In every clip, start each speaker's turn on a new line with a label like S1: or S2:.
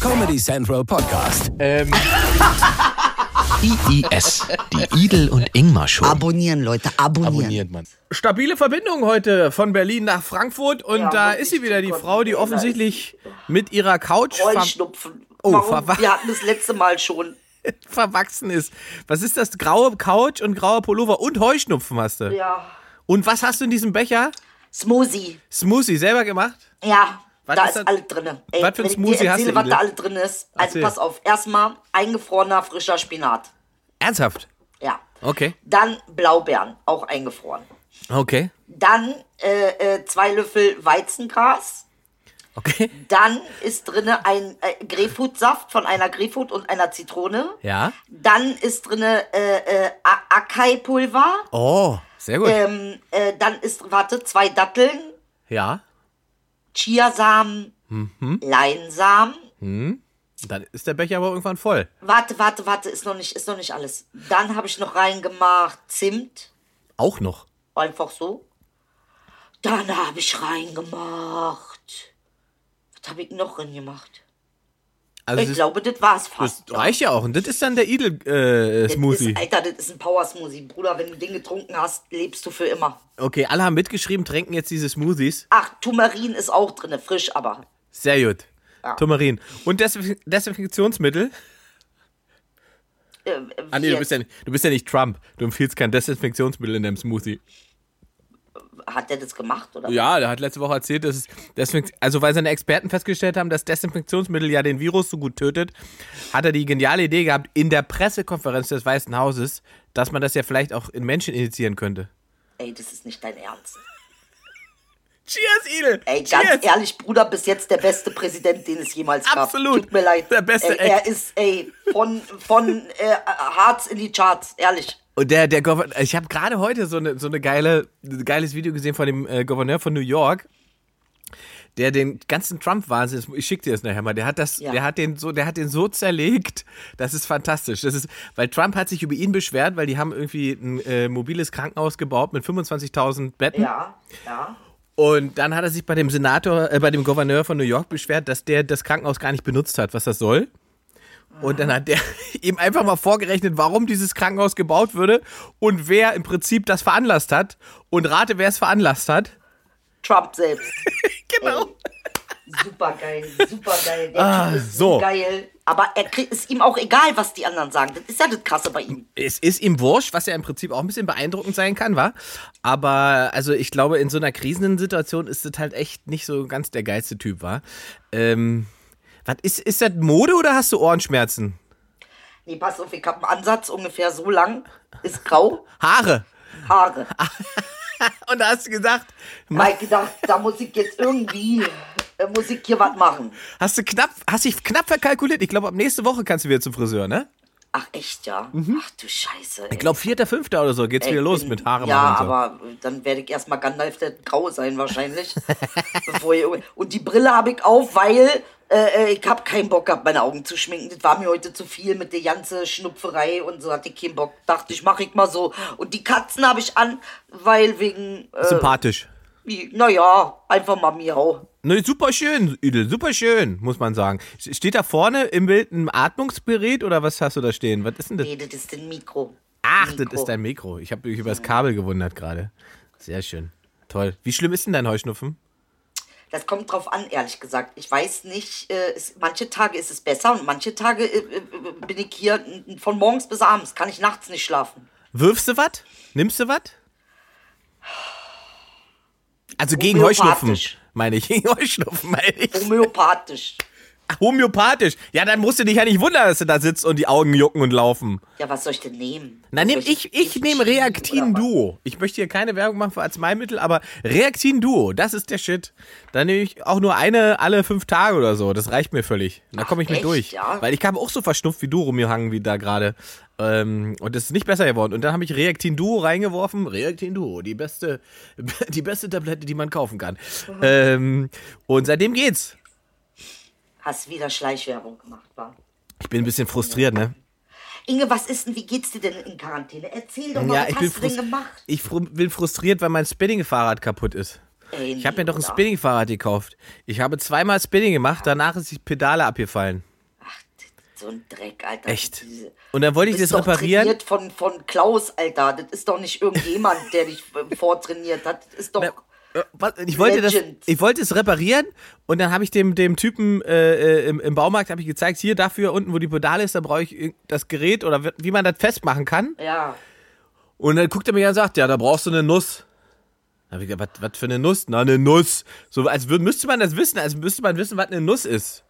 S1: Comedy Central Podcast.
S2: Ähm,
S3: IIS, die Idel und Ingmar Show.
S4: Abonnieren, Leute, abonnieren.
S2: abonniert man.
S5: Stabile Verbindung heute von Berlin nach Frankfurt und
S6: Ja,
S5: da
S6: wirklich,
S5: ist sie wieder, die
S6: Gott,
S5: Frau, die
S6: Alter.
S5: offensichtlich mit ihrer Couch ver
S6: Heuschnupfen.
S5: Oh,
S6: Warum?
S5: verwa-
S6: Wir hatten das letzte Mal schon.
S5: verwachsen ist. Was ist das? Graue Couch und grauer Pullover und Heuschnupfen hast du.
S6: Ja.
S5: Und was hast du in diesem Becher?
S6: Smoothie.
S5: Smoothie, selber gemacht?
S6: Ja.
S5: Was
S6: da
S5: ist
S6: ist,
S5: das-
S6: alles drin. Ey,
S5: Was für ein
S6: wenn ich dir
S5: Smoothie hast du,
S6: erzähle, was
S5: Edle?
S6: da alles drin ist. Also
S5: Erzähl.
S6: pass auf. Erstmal eingefrorener frischer Spinat.
S5: Ernsthaft?
S6: Ja.
S5: Okay.
S6: Dann Blaubeeren, auch eingefroren.
S5: Okay.
S6: Dann äh, äh, zwei Löffel Weizengras.
S5: Okay.
S6: Dann ist drin ein äh, Grapefruitsaft von einer Grapefruit und einer Zitrone.
S5: Ja.
S6: Dann ist drin äh, äh, A- Acai-Pulver.
S5: Oh, sehr gut.
S6: Ähm, äh, dann ist, warte, zwei Datteln,
S5: ja.
S6: Chiasamen,
S5: Mhm.
S6: Leinsamen.
S5: Dann ist der Becher aber irgendwann voll.
S6: Warte, warte, warte, ist noch nicht, ist noch nicht alles. Dann habe ich noch reingemacht Zimt,
S5: Auch noch.
S6: einfach so. Dann habe ich reingemacht. Was habe ich noch drin gemacht?
S5: Also
S6: ich
S5: das,
S6: glaube, das war's
S5: das
S6: fast. ja.
S5: reicht ja auch. Und das ist dann der Idel-Smoothie. Äh,
S6: Das
S5: Smoothie.
S6: ist, Alter, das ist ein Power-Smoothie. Bruder, wenn du den getrunken hast, lebst du für immer.
S5: okay, alle haben mitgeschrieben, trinken jetzt diese Smoothies.
S6: Ach, Tumerin ist auch drin, frisch aber.
S5: Sehr gut.
S6: Ja.
S5: Turmarin. Und Desinf Desinfektionsmittel?
S6: Äh, äh,
S5: Ah, nee,
S6: hier
S5: du bist, ja nicht, du bist ja nicht Trump. Du empfiehlst kein Desinfektionsmittel in deinem Smoothie.
S6: Hat der das gemacht, oder?
S5: Ja, der hat letzte Woche erzählt, dass es Desinfekt also weil seine Experten festgestellt haben, dass Desinfektionsmittel ja den Virus so gut tötet, hat er die geniale Idee gehabt in der Pressekonferenz des Weißen Hauses, dass man das ja vielleicht auch in Menschen initiieren könnte.
S6: Ey, das ist nicht dein Ernst.
S5: Cheers, Idel!
S6: Ey, ganz
S5: Cheers!
S6: ehrlich, Bruder, bis jetzt der beste Präsident, den es jemals gab.
S5: Absolut.
S6: Tut mir leid.
S5: Der beste,
S6: ey,
S5: echt.
S6: Er ist, ey, von, von äh, Harz in die Charts, ehrlich.
S5: Und der, der Gouverneur, ich habe gerade heute so eine so eine geile geiles Video gesehen von dem äh, Gouverneur von New York, der den ganzen Trump Wahnsinn, ich schick dir das nachher mal, der hat das
S6: Ja.
S5: der hat den so der hat den so zerlegt, das ist fantastisch. Das ist weil Trump hat sich über ihn beschwert, weil die haben irgendwie ein äh, mobiles Krankenhaus gebaut mit 25.000 Betten
S6: Ja, ja.
S5: und dann hat er sich bei dem Senator äh, bei dem Gouverneur von New York beschwert, dass der das Krankenhaus gar nicht benutzt hat, was das soll. Und dann hat der ihm einfach mal vorgerechnet, warum dieses Krankenhaus gebaut würde und wer im Prinzip das veranlasst hat. Und rate, wer es veranlasst hat.
S6: Trump selbst.
S5: Genau.
S6: Supergeil, supergeil. Der
S5: Ah,
S6: Typ ist
S5: so.
S6: so geil. Aber er kriegt, ist ihm auch egal, was die anderen sagen. Das ist ja das Krasse bei ihm.
S5: Es ist ihm wurscht, was ja im Prinzip auch ein bisschen beeindruckend sein kann, war. Aber also ich glaube, in so einer krisenden Situation ist das halt echt nicht so ganz der geilste Typ, war. Ähm, was ist, ist das Mode oder hast du Ohrenschmerzen?
S6: Nee, pass auf, ich hab einen Ansatz, ungefähr so lang. Ist grau,
S5: Haare.
S6: Haare.
S5: Und da hast du gesagt,
S6: Da hab ich gedacht, da muss ich jetzt irgendwie, äh, muss ich hier was machen.
S5: Hast du knapp, hast dich knapp verkalkuliert. Ich glaube, ab nächste Woche kannst du wieder zum Friseur, ne?
S6: Ach, echt, ja? Ach du Scheiße. Ey.
S5: Mhm. Ich glaube, vierter, fünfter oder so geht's wieder
S6: Ey,
S5: los
S6: bin-
S5: mit Haare
S6: Ja,
S5: machen. und so.
S6: aber dann werde ich erstmal Gandalf der Graue sein wahrscheinlich. bevor ich, und die Brille habe ich auf, weil äh, äh, ich habe keinen Bock gehabt, meine Augen zu schminken. Das war mir heute zu viel mit der ganzen Schnupferei und so hatte ich keinen Bock. Dachte ich, mache ich mal so. Und die Katzen habe ich an, weil wegen, äh,
S5: Sympathisch.
S6: wie, naja, einfach mal miau.
S5: Ne, super schön, Idel, super schön, muss man sagen. S- Steht da vorne im Bild ein Atmungsgerät oder was hast du da stehen? Was ist denn das?
S6: Nee, das ist ein Mikro.
S5: Ach,
S6: Mikro.
S5: das ist dein Mikro. Ich habe mich über das Kabel gewundert gerade. Sehr schön. Toll. Wie schlimm ist denn dein Heuschnupfen?
S6: Das kommt drauf an, ehrlich gesagt. Ich weiß nicht, äh, es, manche Tage ist es besser und manche Tage äh, äh, äh, bin ich hier n- von morgens bis abends, kann ich nachts nicht schlafen.
S5: Wirfst du was? Nimmst du was? Also gegen Heuschnupfen,
S6: Homöopathisch.
S5: meine ich. Gegen Heuschnupfen, meine ich.
S6: Homöopathisch.
S5: Homöopathisch. Ja, dann musst du dich ja nicht wundern, dass du da sitzt und die Augen jucken und laufen.
S6: Ja, was soll ich denn nehmen?
S5: Na, nehm,
S6: Soll
S5: ich, ich nehme
S6: Chili
S5: Reaktin
S6: oder was?
S5: Duo. Ich möchte hier keine Werbung machen für Arzneimittel, aber Reaktin Duo, das ist der Shit. Da nehme ich auch nur eine alle fünf Tage oder so. Das reicht mir völlig. Da komme ich mit
S6: echt,
S5: durch.
S6: ja?
S5: Weil ich habe auch so verschnupft wie du rumgehangen wie da gerade. Ähm, und das ist nicht besser geworden. Und dann habe ich Reaktin Duo reingeworfen. Reaktin Duo, die beste, die beste Tablette, die man kaufen kann. Ähm, und seitdem geht's.
S6: Hast wieder Schleichwerbung gemacht, war.
S5: Ich bin ein bisschen frustriert, ne?
S6: Inge, was ist denn, wie geht's dir denn in Quarantäne? Erzähl doch mal,
S5: Ja,
S6: was
S5: ich bin,
S6: hast du denn
S5: frus-
S6: gemacht?
S5: ich fru- bin frustriert, weil mein Spinning-Fahrrad kaputt ist.
S6: Ey,
S5: ich habe
S6: nee,
S5: mir doch ein
S6: Bruder.
S5: Spinning-Fahrrad gekauft. Ich habe zweimal Spinning gemacht, danach ist die Pedale abgefallen.
S6: So ein Dreck, Alter.
S5: Echt.
S6: Diese-
S5: Und dann wollte ich
S6: Das ist
S5: das
S6: doch
S5: reparieren.
S6: trainiert von, von Klaus, Alter. Das ist doch nicht irgendjemand, der dich äh, vortrainiert hat. Das ist doch.
S5: Äh, was? Ich wollte, das,
S6: Legend.
S5: ich wollte es reparieren und dann habe ich dem, dem Typen äh, äh, im, im Baumarkt habe ich gezeigt, hier dafür unten, wo die Pedale ist, da brauche ich irg- das Gerät oder wie- wie man das festmachen kann.
S6: ja.
S5: Und dann guckt er mich an und sagt, ja, da brauchst du eine Nuss. Da habe ich gesagt, was was für eine Nuss? Na, eine Nuss. So, als würd, müsste man das wissen, als müsste man wissen, was eine Nuss ist.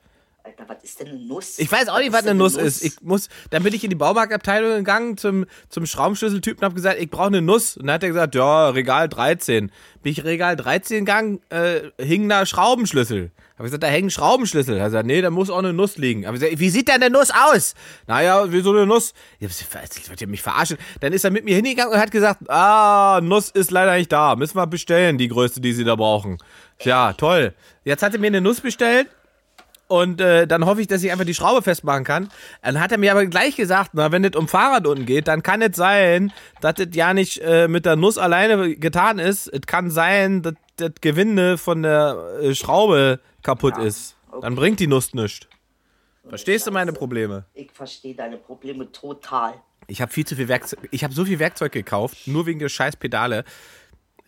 S6: Alter, was ist denn eine Nuss?
S5: Ich weiß auch nicht, was
S6: ist
S5: eine
S6: denn
S5: Nuss ist. Ich muss, dann bin ich in die Baumarktabteilung gegangen zum, zum Schraubenschlüsseltypen und habe gesagt, ich brauche eine Nuss. Und dann hat er gesagt, ja, Regal 13. Bin ich Regal 13 gegangen, äh, hing da Schraubenschlüssel. Habe ich gesagt, da hängen Schraubenschlüssel. Hat er gesagt, nee, da muss auch eine Nuss liegen. Hab ich gesagt, wie sieht denn eine Nuss aus? Naja, wie so eine Nuss. Ich hab gesagt, das wird ja mich verarschen. Dann ist er mit mir hingegangen und hat gesagt, ah, Nuss ist leider nicht da. Müssen wir bestellen, die Größe, die sie da brauchen. Ja, toll. Jetzt hat er mir eine Nuss bestellt. Und äh, dann hoffe ich, dass ich einfach die Schraube festmachen kann. Dann hat er mir aber gleich gesagt, na, wenn das um Fahrrad unten geht, dann kann es sein, dass das ja nicht äh, mit der Nuss alleine getan ist. Es kann sein, dass das Gewinde von der äh, Schraube kaputt ist. Dann bringt die Nuss nichts. Verstehst du meine Probleme?
S6: Ich verstehe deine Probleme total.
S5: Ich habe viel zu viel Werkzeug. Ich habe so viel Werkzeug gekauft, nur wegen der scheiß Pedale.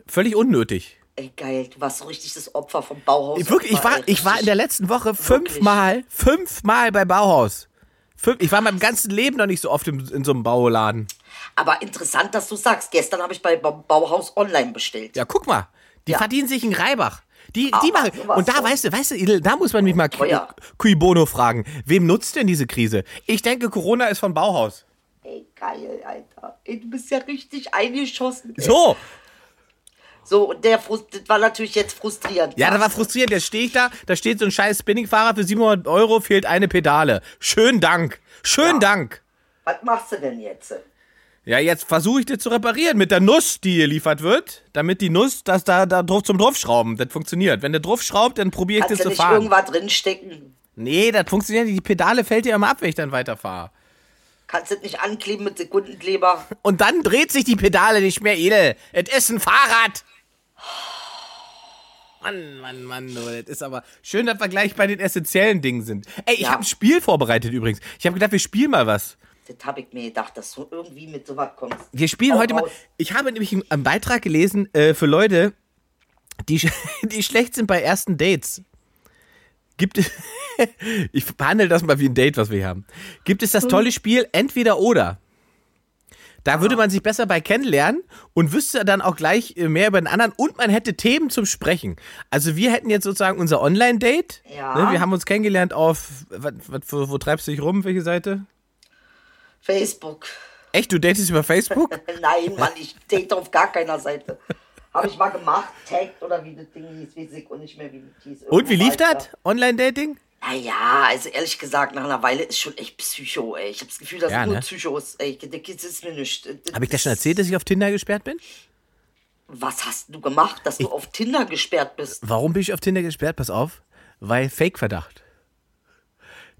S5: Völlig unnötig.
S6: Ey, geil, du warst so richtig das Opfer vom Bauhaus.
S5: Ich, wirklich, ich, war, ich war in der letzten Woche fünfmal, fünfmal bei Bauhaus. Fünf, ich war mein ganzen Leben noch nicht so oft im, in so einem Bauladen.
S6: Aber interessant, dass du sagst. Gestern habe ich bei Ba- Bauhaus online bestellt.
S5: Ja, guck mal. Die verdienen sich einen Reibach. Die, die
S6: Aber
S5: machen.
S6: Ah, sowas Oh,
S5: Und da
S6: von.
S5: weißt du, weißt du, Idel, da muss man mich mal qui-
S6: teuer.
S5: cui bono fragen. Wem nutzt denn diese Krise? Ich denke, Corona ist von Bauhaus.
S6: Ey, geil, Alter. Ey, du bist ja richtig eingeschossen. ey.
S5: So.
S6: So, und der Frust, das war natürlich jetzt frustrierend.
S5: Ja, das war frustrierend. Jetzt stehe ich da, da steht so ein scheiß Spinningfahrer für 700 Euro, fehlt eine Pedale. Schön Dank. Schön Dank.
S6: Was machst du denn jetzt?
S5: Ja, jetzt versuche ich das zu reparieren mit der Nuss, die hier liefert wird, damit die Nuss, dass da, da drauf zum Draufschrauben, das funktioniert. Wenn der draufschraubt, dann probiere ich
S6: Kannst
S5: das
S6: du
S5: zu
S6: nicht
S5: fahren.
S6: irgendwas drinstecken?
S5: Nee, das funktioniert nicht. Die Pedale fällt dir immer ab, wenn ich dann weiterfahre.
S6: Kannst du das nicht ankleben mit Sekundenkleber?
S5: Und dann dreht sich die Pedale nicht mehr, Edel. Es ist ein Fahrrad. Mann, Mann, Mann, du, das ist aber schön, dass wir gleich bei den essentiellen Dingen sind. Ey, ich
S6: Ja.
S5: habe ein Spiel vorbereitet übrigens. Ich habe gedacht, wir spielen mal was.
S6: Das habe ich mir gedacht, dass du irgendwie mit sowas kommst.
S5: Wir spielen
S6: Hau
S5: heute mal.
S6: raus.
S5: Ich habe nämlich einen- einen Beitrag gelesen äh, für Leute, die, sch- die schlecht sind bei ersten Dates. Gibt es. ich behandle das mal wie ein Date, was wir hier haben. Gibt es das
S6: Hm.
S5: tolle Spiel Entweder oder? Da
S6: Ah.
S5: würde man sich besser bei kennenlernen und wüsste dann auch gleich äh, mehr über den anderen und man hätte Themen zum Sprechen. Also wir hätten jetzt sozusagen unser Online-Date.
S6: Ja.
S5: Ne, wir haben uns kennengelernt auf, wat, wat, wo, wo treibst du dich rum? Welche Seite?
S6: Facebook.
S5: Echt, du datest über Facebook?
S6: Nein, Mann, ich date auf gar keiner Seite. Habe ich mal gemacht, tagged oder wie das Ding hieß, weiß ich und nicht mehr wie das hieß.
S5: Und wie lief
S6: Irgendwo
S5: das? Online-Dating?
S6: Naja, also ehrlich gesagt, nach einer Weile ist schon echt Psycho, ey. Ich habe das Gefühl, das
S5: Ja,
S6: sind nur
S5: ne?
S6: Psychos, ey. Der Kids ist mir nicht.
S5: Habe ich dir schon erzählt, dass ich auf Tinder gesperrt bin?
S6: Was hast du gemacht, dass du auf Tinder gesperrt bist?
S5: Warum bin ich auf Tinder gesperrt? Pass auf, weil Fake-Verdacht.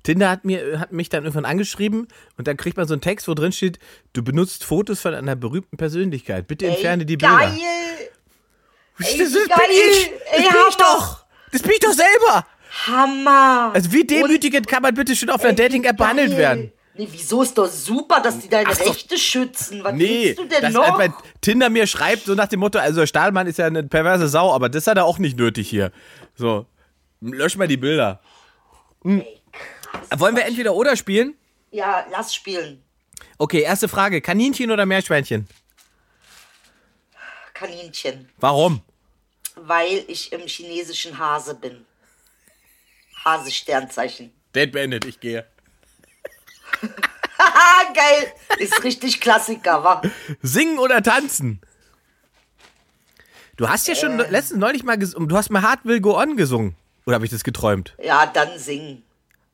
S5: Tinder hat, mir, hat mich dann irgendwann angeschrieben und dann kriegt man so einen Text, wo drin steht, du benutzt Fotos von einer berühmten Persönlichkeit. Bitte entferne die Bilder.
S6: Geil!
S5: Das,
S6: ey,
S5: das bin
S6: geil!
S5: ich! Das
S6: Ey,
S5: bin ich
S6: Hammer!
S5: doch! Das bin ich doch selber!
S6: Hammer!
S5: Also wie demütigend kann man bitte schon auf einer
S6: Ey,
S5: Dating-App
S6: geil.
S5: behandelt werden?
S6: Nee, wieso ist doch super, dass die deine
S5: Ach so.
S6: Rechte schützen? Was
S5: Nee,
S6: willst du denn
S5: dass
S6: noch?
S5: einfach Tinder mir schreibt, so nach dem Motto, also Stahlmann ist ja eine perverse Sau, aber das hat er auch nicht nötig hier. So, lösch mal die Bilder. Hm.
S6: Ey,
S5: Wollen wir entweder oder spielen?
S6: ja, lass spielen.
S5: Okay, erste Frage. Kaninchen oder Meerschweinchen?
S6: Kaninchen.
S5: Warum?
S6: Weil ich im chinesischen Hase bin. Hase Sternzeichen.
S5: Date beendet, ich gehe.
S6: Ah, geil! Ist richtig Klassiker, wa?
S5: Singen oder tanzen? Du hast ja schon
S6: Äh.
S5: letztens neulich mal gesungen. Du hast mal Hard Will Go On gesungen. Oder habe ich das geträumt?
S6: Ja, dann singen.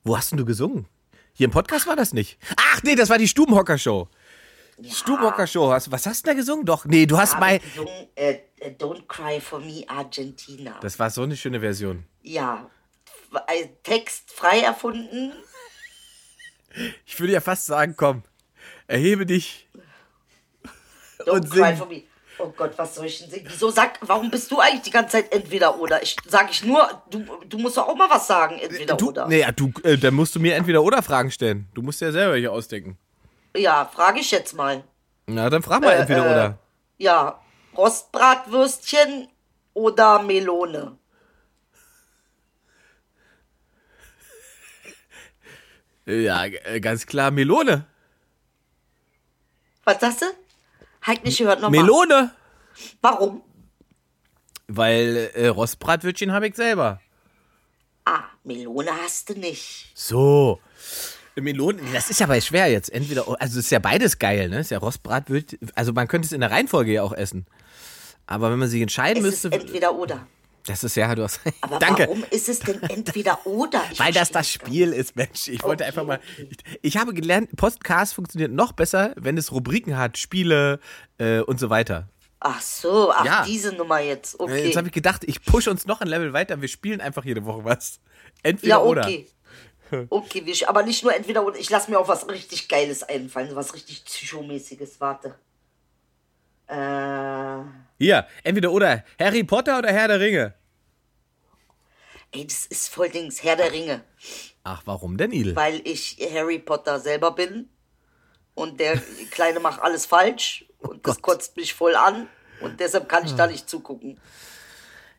S5: Wo hast denn du gesungen? Hier im Podcast war das nicht. Ach nee, das war die Stubenhocker-Show. Stubenhocker-Show. Hast- Was hast du denn da gesungen? Doch, nee, du hast
S6: Habe
S5: mal...
S6: ich gesungen, äh, äh, Don't cry for me, Argentina.
S5: Das war so eine schöne Version.
S6: ja. F- äh, Text frei erfunden.
S5: Ich würde ja fast sagen, komm, erhebe dich.
S6: Don't
S5: Und
S6: cry
S5: singen.
S6: for me. Oh Gott, was soll ich denn singen? Wieso sag, warum bist du eigentlich die ganze Zeit entweder oder? Ich sag ich nur, du, du musst doch auch mal was sagen, entweder
S5: Du,
S6: oder.
S5: naja, du, äh, dann musst du mir entweder oder Fragen stellen. Du musst ja selber hier ausdenken.
S6: Ja, frage ich jetzt mal.
S5: Na, dann frag mal
S6: Äh,
S5: entweder oder.
S6: Ja, Rostbratwürstchen oder Melone?
S5: Ja, g- äh, ganz klar, Melone.
S6: Was sagst du? Halt nicht gehört nochmal.
S5: Melone!
S6: Warum?
S5: Weil äh, Rostbratwürstchen habe ich selber.
S6: Ah, Melone hast du nicht.
S5: So. Melonen, das ist ja aber schwer jetzt. Entweder, also ist ja beides geil, ne? Ist ja Rostbratwürstchen. Also man könnte es in der Reihenfolge ja auch essen. Aber wenn man sich entscheiden
S6: Es ist
S5: müsste,
S6: entweder oder.
S5: das ist ja, du hast.
S6: Aber
S5: Danke.
S6: warum ist es denn entweder oder? Ich
S5: Weil das
S6: verstehe
S5: das Spiel ist, Mensch. Ich wollte einfach mal. Ich, ich habe gelernt, Podcast funktioniert noch besser, wenn es Rubriken hat, Spiele äh, und so weiter.
S6: Ach so, ach,
S5: Ja.
S6: diese Nummer jetzt.
S5: Äh,
S6: Okay.
S5: Jetzt habe ich gedacht, ich push uns noch ein Level weiter. Wir spielen einfach jede Woche was. Entweder
S6: ja,
S5: oder.
S6: okay. Okay, wir- aber nicht nur entweder oder. Ich lasse mir auch was richtig Geiles einfallen, was richtig psychomäßiges. Warte. Äh,
S5: Hier, entweder oder. Harry Potter oder Herr der Ringe.
S6: ey, das ist voll Dings, Herr der Ringe.
S5: Ach, warum denn, Idel?
S6: weil ich Harry Potter selber bin und der Kleine macht alles falsch und das kotzt mich voll an und deshalb kann ich da nicht zugucken.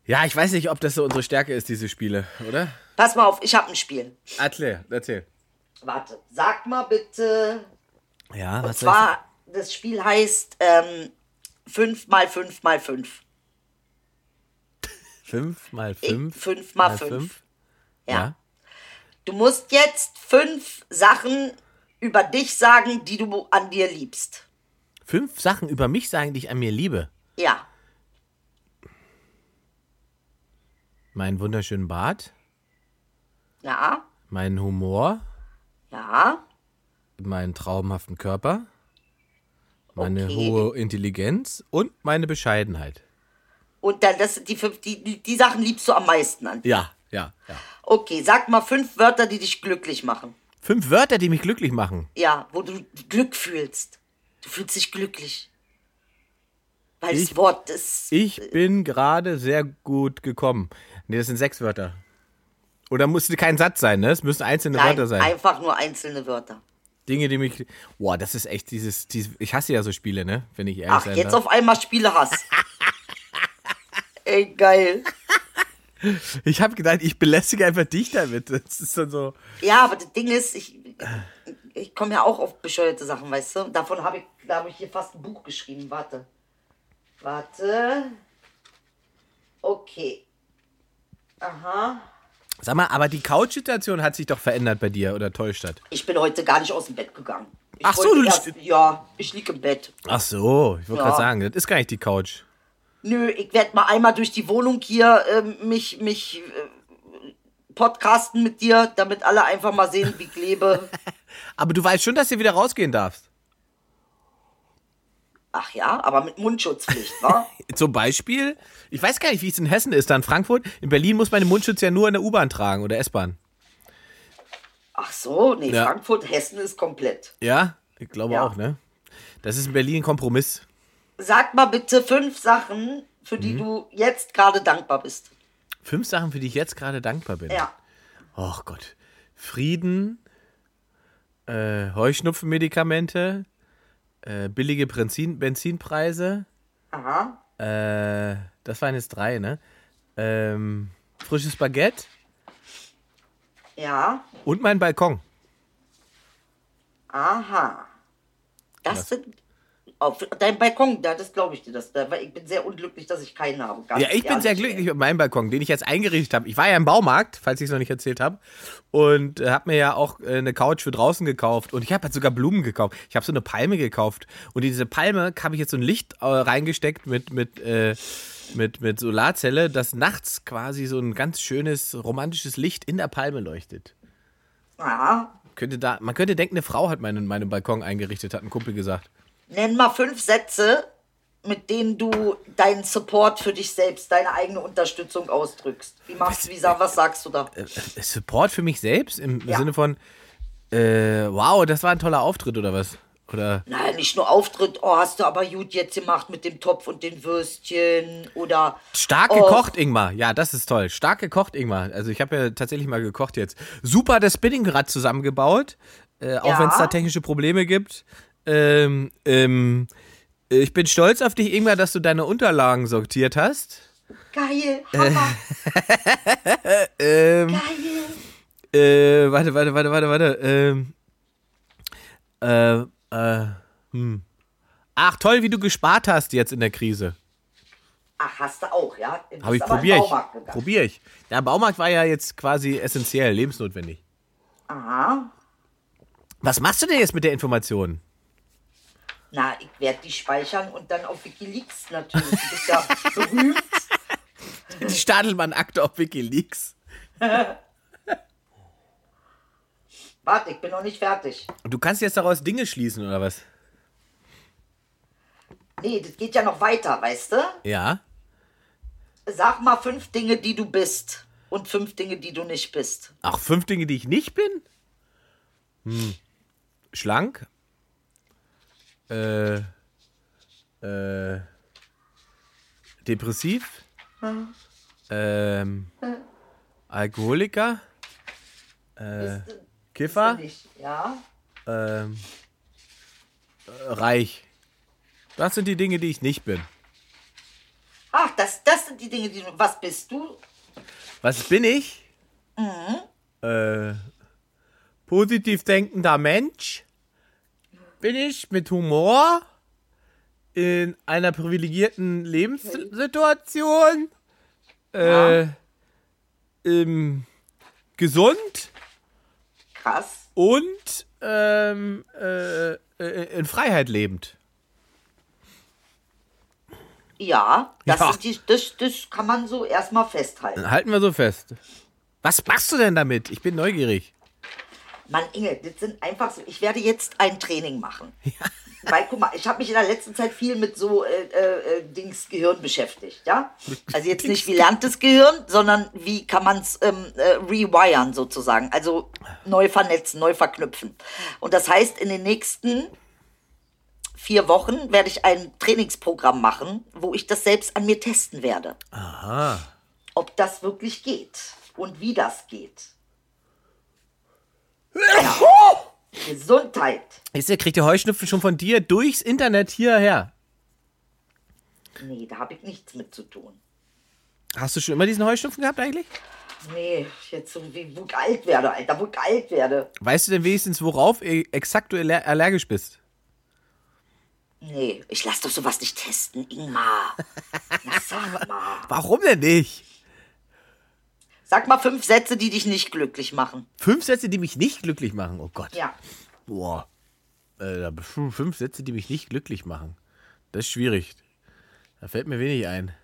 S5: Ja, ich weiß nicht, ob das so unsere Stärke ist, diese Spiele, oder?
S6: Pass mal auf, ich habe ein Spiel.
S5: Atle, erzähl.
S6: Warte, sag mal bitte.
S5: Ja,
S6: Und zwar, das Spiel heißt ähm, 5 mal 5 mal 5.
S5: Fünf mal
S6: Ich-
S5: fünf.
S6: fünf mal fünf.
S5: Ja.
S6: Ja. Du musst jetzt fünf Sachen über dich sagen, die du an dir liebst.
S5: Fünf Sachen über mich sagen, die ich an mir liebe.
S6: Ja.
S5: Meinen wunderschönen Bart,
S6: Ja.
S5: meinen Humor,
S6: Ja.
S5: meinen traumhaften Körper, meine
S6: Okay.
S5: hohe Intelligenz und meine Bescheidenheit.
S6: Und dann, das sind die fünf, die, die- die Sachen liebst du am meisten an.
S5: Ja, ja, ja.
S6: Okay, sag mal fünf Wörter, die dich glücklich machen.
S5: Fünf Wörter, die mich glücklich machen.
S6: Ja, wo du Glück fühlst. Du fühlst dich glücklich. Weil das Wort ist.
S5: Ich bin gerade sehr gut gekommen. Nee, das sind sechs Wörter. Oder musste kein Satz sein, ne? Es müssen einzelne
S6: nein,
S5: Wörter sein.
S6: einfach nur einzelne Wörter.
S5: Dinge, die mich. Boah, das ist echt dieses, dieses. Ich hasse ja so Spiele, ne? Wenn ich ehrlich
S6: Ach,
S5: sein
S6: jetzt
S5: darf.
S6: auf einmal Spiele hast. Ey, geil.
S5: Ich habe gedacht, ich belästige einfach dich damit. Das ist dann so.
S6: Ja, aber das Ding ist, ich, ich komme ja auch auf bescheuerte Sachen, weißt du? Davon habe ich, da habe ich hier fast ein Buch geschrieben. Warte. Warte. Okay. Aha.
S5: Sag mal, aber die Couch-Situation hat sich doch verändert bei dir oder täuscht das?
S6: Ich bin heute gar nicht aus dem Bett gegangen. Ich
S5: Ach so,
S6: wollte
S5: du
S6: erst,
S5: liegst-
S6: Ja, ich lieg im Bett.
S5: Ach so, ich wollte
S6: Ja.
S5: gerade sagen, das ist gar nicht die Couch.
S6: Nö, ich werde mal einmal durch die Wohnung hier ähm, mich, mich äh, podcasten mit dir, damit alle einfach mal sehen, wie ich lebe.
S5: Aber du weißt schon, dass du wieder rausgehen darfst.
S6: Ach ja, aber mit Mundschutzpflicht, wa?
S5: Zum Beispiel, ich weiß gar nicht, wie es in Hessen ist, da in Frankfurt. In Berlin muss man den Mundschutz ja nur in der U-Bahn tragen oder S-Bahn.
S6: Ach so, nee,
S5: Ja.
S6: Frankfurt, Hessen ist komplett.
S5: Ja, ich glaube
S6: Ja.
S5: auch, ne? Das ist in Berlin ein Kompromiss.
S6: Sag mal bitte fünf Sachen, für
S5: Mhm.
S6: die du jetzt gerade dankbar bist.
S5: Fünf Sachen, für die ich jetzt gerade dankbar bin.
S6: Ja.
S5: Oh Gott. Frieden, äh, Heuschnupfenmedikamente, äh, billige Benzin Benzinpreise.
S6: Aha.
S5: Äh, das waren jetzt drei, ne? Ähm, frisches Baguette
S6: Ja.
S5: und mein Balkon.
S6: Aha. Das sind. Auf deinem Balkon, da, das glaube ich dir. Das, da, weil ich bin sehr unglücklich, dass ich keinen habe. Ganz
S5: Ja, ich bin
S6: ehrlich,
S5: sehr
S6: ey.
S5: glücklich mit meinem Balkon, den ich jetzt eingerichtet habe. Ich war ja im Baumarkt, falls ich es noch nicht erzählt habe, und äh, habe mir ja auch äh, eine Couch für draußen gekauft und ich habe halt sogar Blumen gekauft. Ich habe so eine Palme gekauft und in diese Palme habe ich jetzt so ein Licht äh, reingesteckt mit mit äh, mit mit Solarzelle, dass nachts quasi so ein ganz schönes romantisches Licht in der Palme leuchtet.
S6: Ja.
S5: Könnte da, man könnte denken, eine Frau hat meinen meinen Balkon eingerichtet, hat ein Kumpel gesagt.
S6: Nenn mal fünf Sätze, mit denen du deinen Support für dich selbst, deine eigene Unterstützung ausdrückst. Wie machst du, wie, sa- was sagst du da?
S5: Äh, Support für mich selbst im
S6: Ja.
S5: Sinne von äh, wow, das war ein toller Auftritt oder was? Oder
S6: Naja, nicht nur Auftritt, oh, hast du aber gut jetzt gemacht mit dem Topf und den Würstchen oder
S5: stark
S6: Oh.
S5: gekocht, Ingmar. Ja, das ist toll. Stark gekocht, Ingmar. Also ich habe ja tatsächlich mal gekocht jetzt. Super das Spinningrad zusammengebaut, äh, auch
S6: Ja.
S5: wenn es da technische Probleme gibt. Ähm, ähm, ich bin stolz auf dich, Ingmar, dass du deine Unterlagen sortiert hast.
S6: geil,
S5: Äh.
S6: Hammer,
S5: Ähm.
S6: geil.
S5: Äh, warte, warte, warte, warte, warte. Ähm, äh, äh, hm. Ach, toll, wie du gespart hast jetzt in der Krise.
S6: Ach, hast du auch, ja? Du bist
S5: Habe ich,
S6: aber in den
S5: probier
S6: Baumarkt
S5: ich.
S6: gegangen.
S5: Probier ich. Der Baumarkt war ja jetzt quasi essentiell, lebensnotwendig.
S6: Aha.
S5: Was machst du denn jetzt mit der Information?
S6: Na, ich werde die speichern und dann auf Wikileaks natürlich. Du bist ja berühmt.
S5: Die Stadelmann-Akte auf Wikileaks.
S6: Warte, ich bin noch nicht fertig.
S5: Und du kannst jetzt daraus Dinge schließen, oder was?
S6: Nee, das geht ja noch weiter, weißt du?
S5: Ja.
S6: Sag mal fünf Dinge, die du bist. Und fünf Dinge, die du nicht bist.
S5: Ach, fünf Dinge, die ich nicht bin? Hm. Schlank. Äh. Äh. Depressiv.
S6: Hm.
S5: Ähm. Alkoholiker. Äh.
S6: Bist du-
S5: Kiffer.
S6: bist du nicht, Ja?
S5: Ähm. äh, Reich. Das sind die Dinge, die ich nicht bin.
S6: Ach, das, das sind die Dinge, die du. Was bist du?
S5: Was bin ich? Äh, positiv denkender Mensch bin ich mit Humor in einer privilegierten Lebenssituation. Äh, ähm, gesund
S6: Krass.
S5: und ähm, äh, äh, in Freiheit lebend.
S6: Ja, das,
S5: Ja.
S6: Sind die, das, das kann man so erstmal festhalten.
S5: Halten wir so fest. Was machst du denn damit? Ich bin neugierig.
S6: Mann, Inge, das sind einfach so. Ich werde jetzt ein Training machen. Weil, guck mal, ich habe mich in der letzten Zeit viel mit so äh, äh, äh, Dings Gehirn beschäftigt, ja? Also jetzt nicht wie lernt das Gehirn, sondern wie kann man es ähm, äh, rewiren sozusagen. Also neu vernetzen, neu verknüpfen. Und das heißt, in den nächsten vier Wochen werde ich ein Trainingsprogramm machen, wo ich das selbst an mir testen werde. Aha. Ob das wirklich geht und wie das geht. Gesundheit.
S5: Ist der, kriegt der Heuschnupfen schon von dir durchs Internet hierher?
S6: Nee, da habe ich nichts mit zu tun.
S5: Hast du schon immer diesen Heuschnupfen gehabt eigentlich?
S6: Nee, jetzt so wie, wo ich alt werde, Alter, wo ich alt werde.
S5: Weißt du denn wenigstens, worauf i- exakt du aller- allergisch bist?
S6: Nee, ich lass doch sowas nicht testen, Ingmar. Na, sag mal.
S5: Warum denn nicht?
S6: Sag mal fünf Sätze, die dich nicht glücklich machen.
S5: Fünf Sätze, die mich nicht glücklich machen. Oh Gott.
S6: Ja.
S5: Boah. Äh, da- puh, fünf Sätze, die mich nicht glücklich machen. Das ist schwierig. Da fällt mir wenig ein.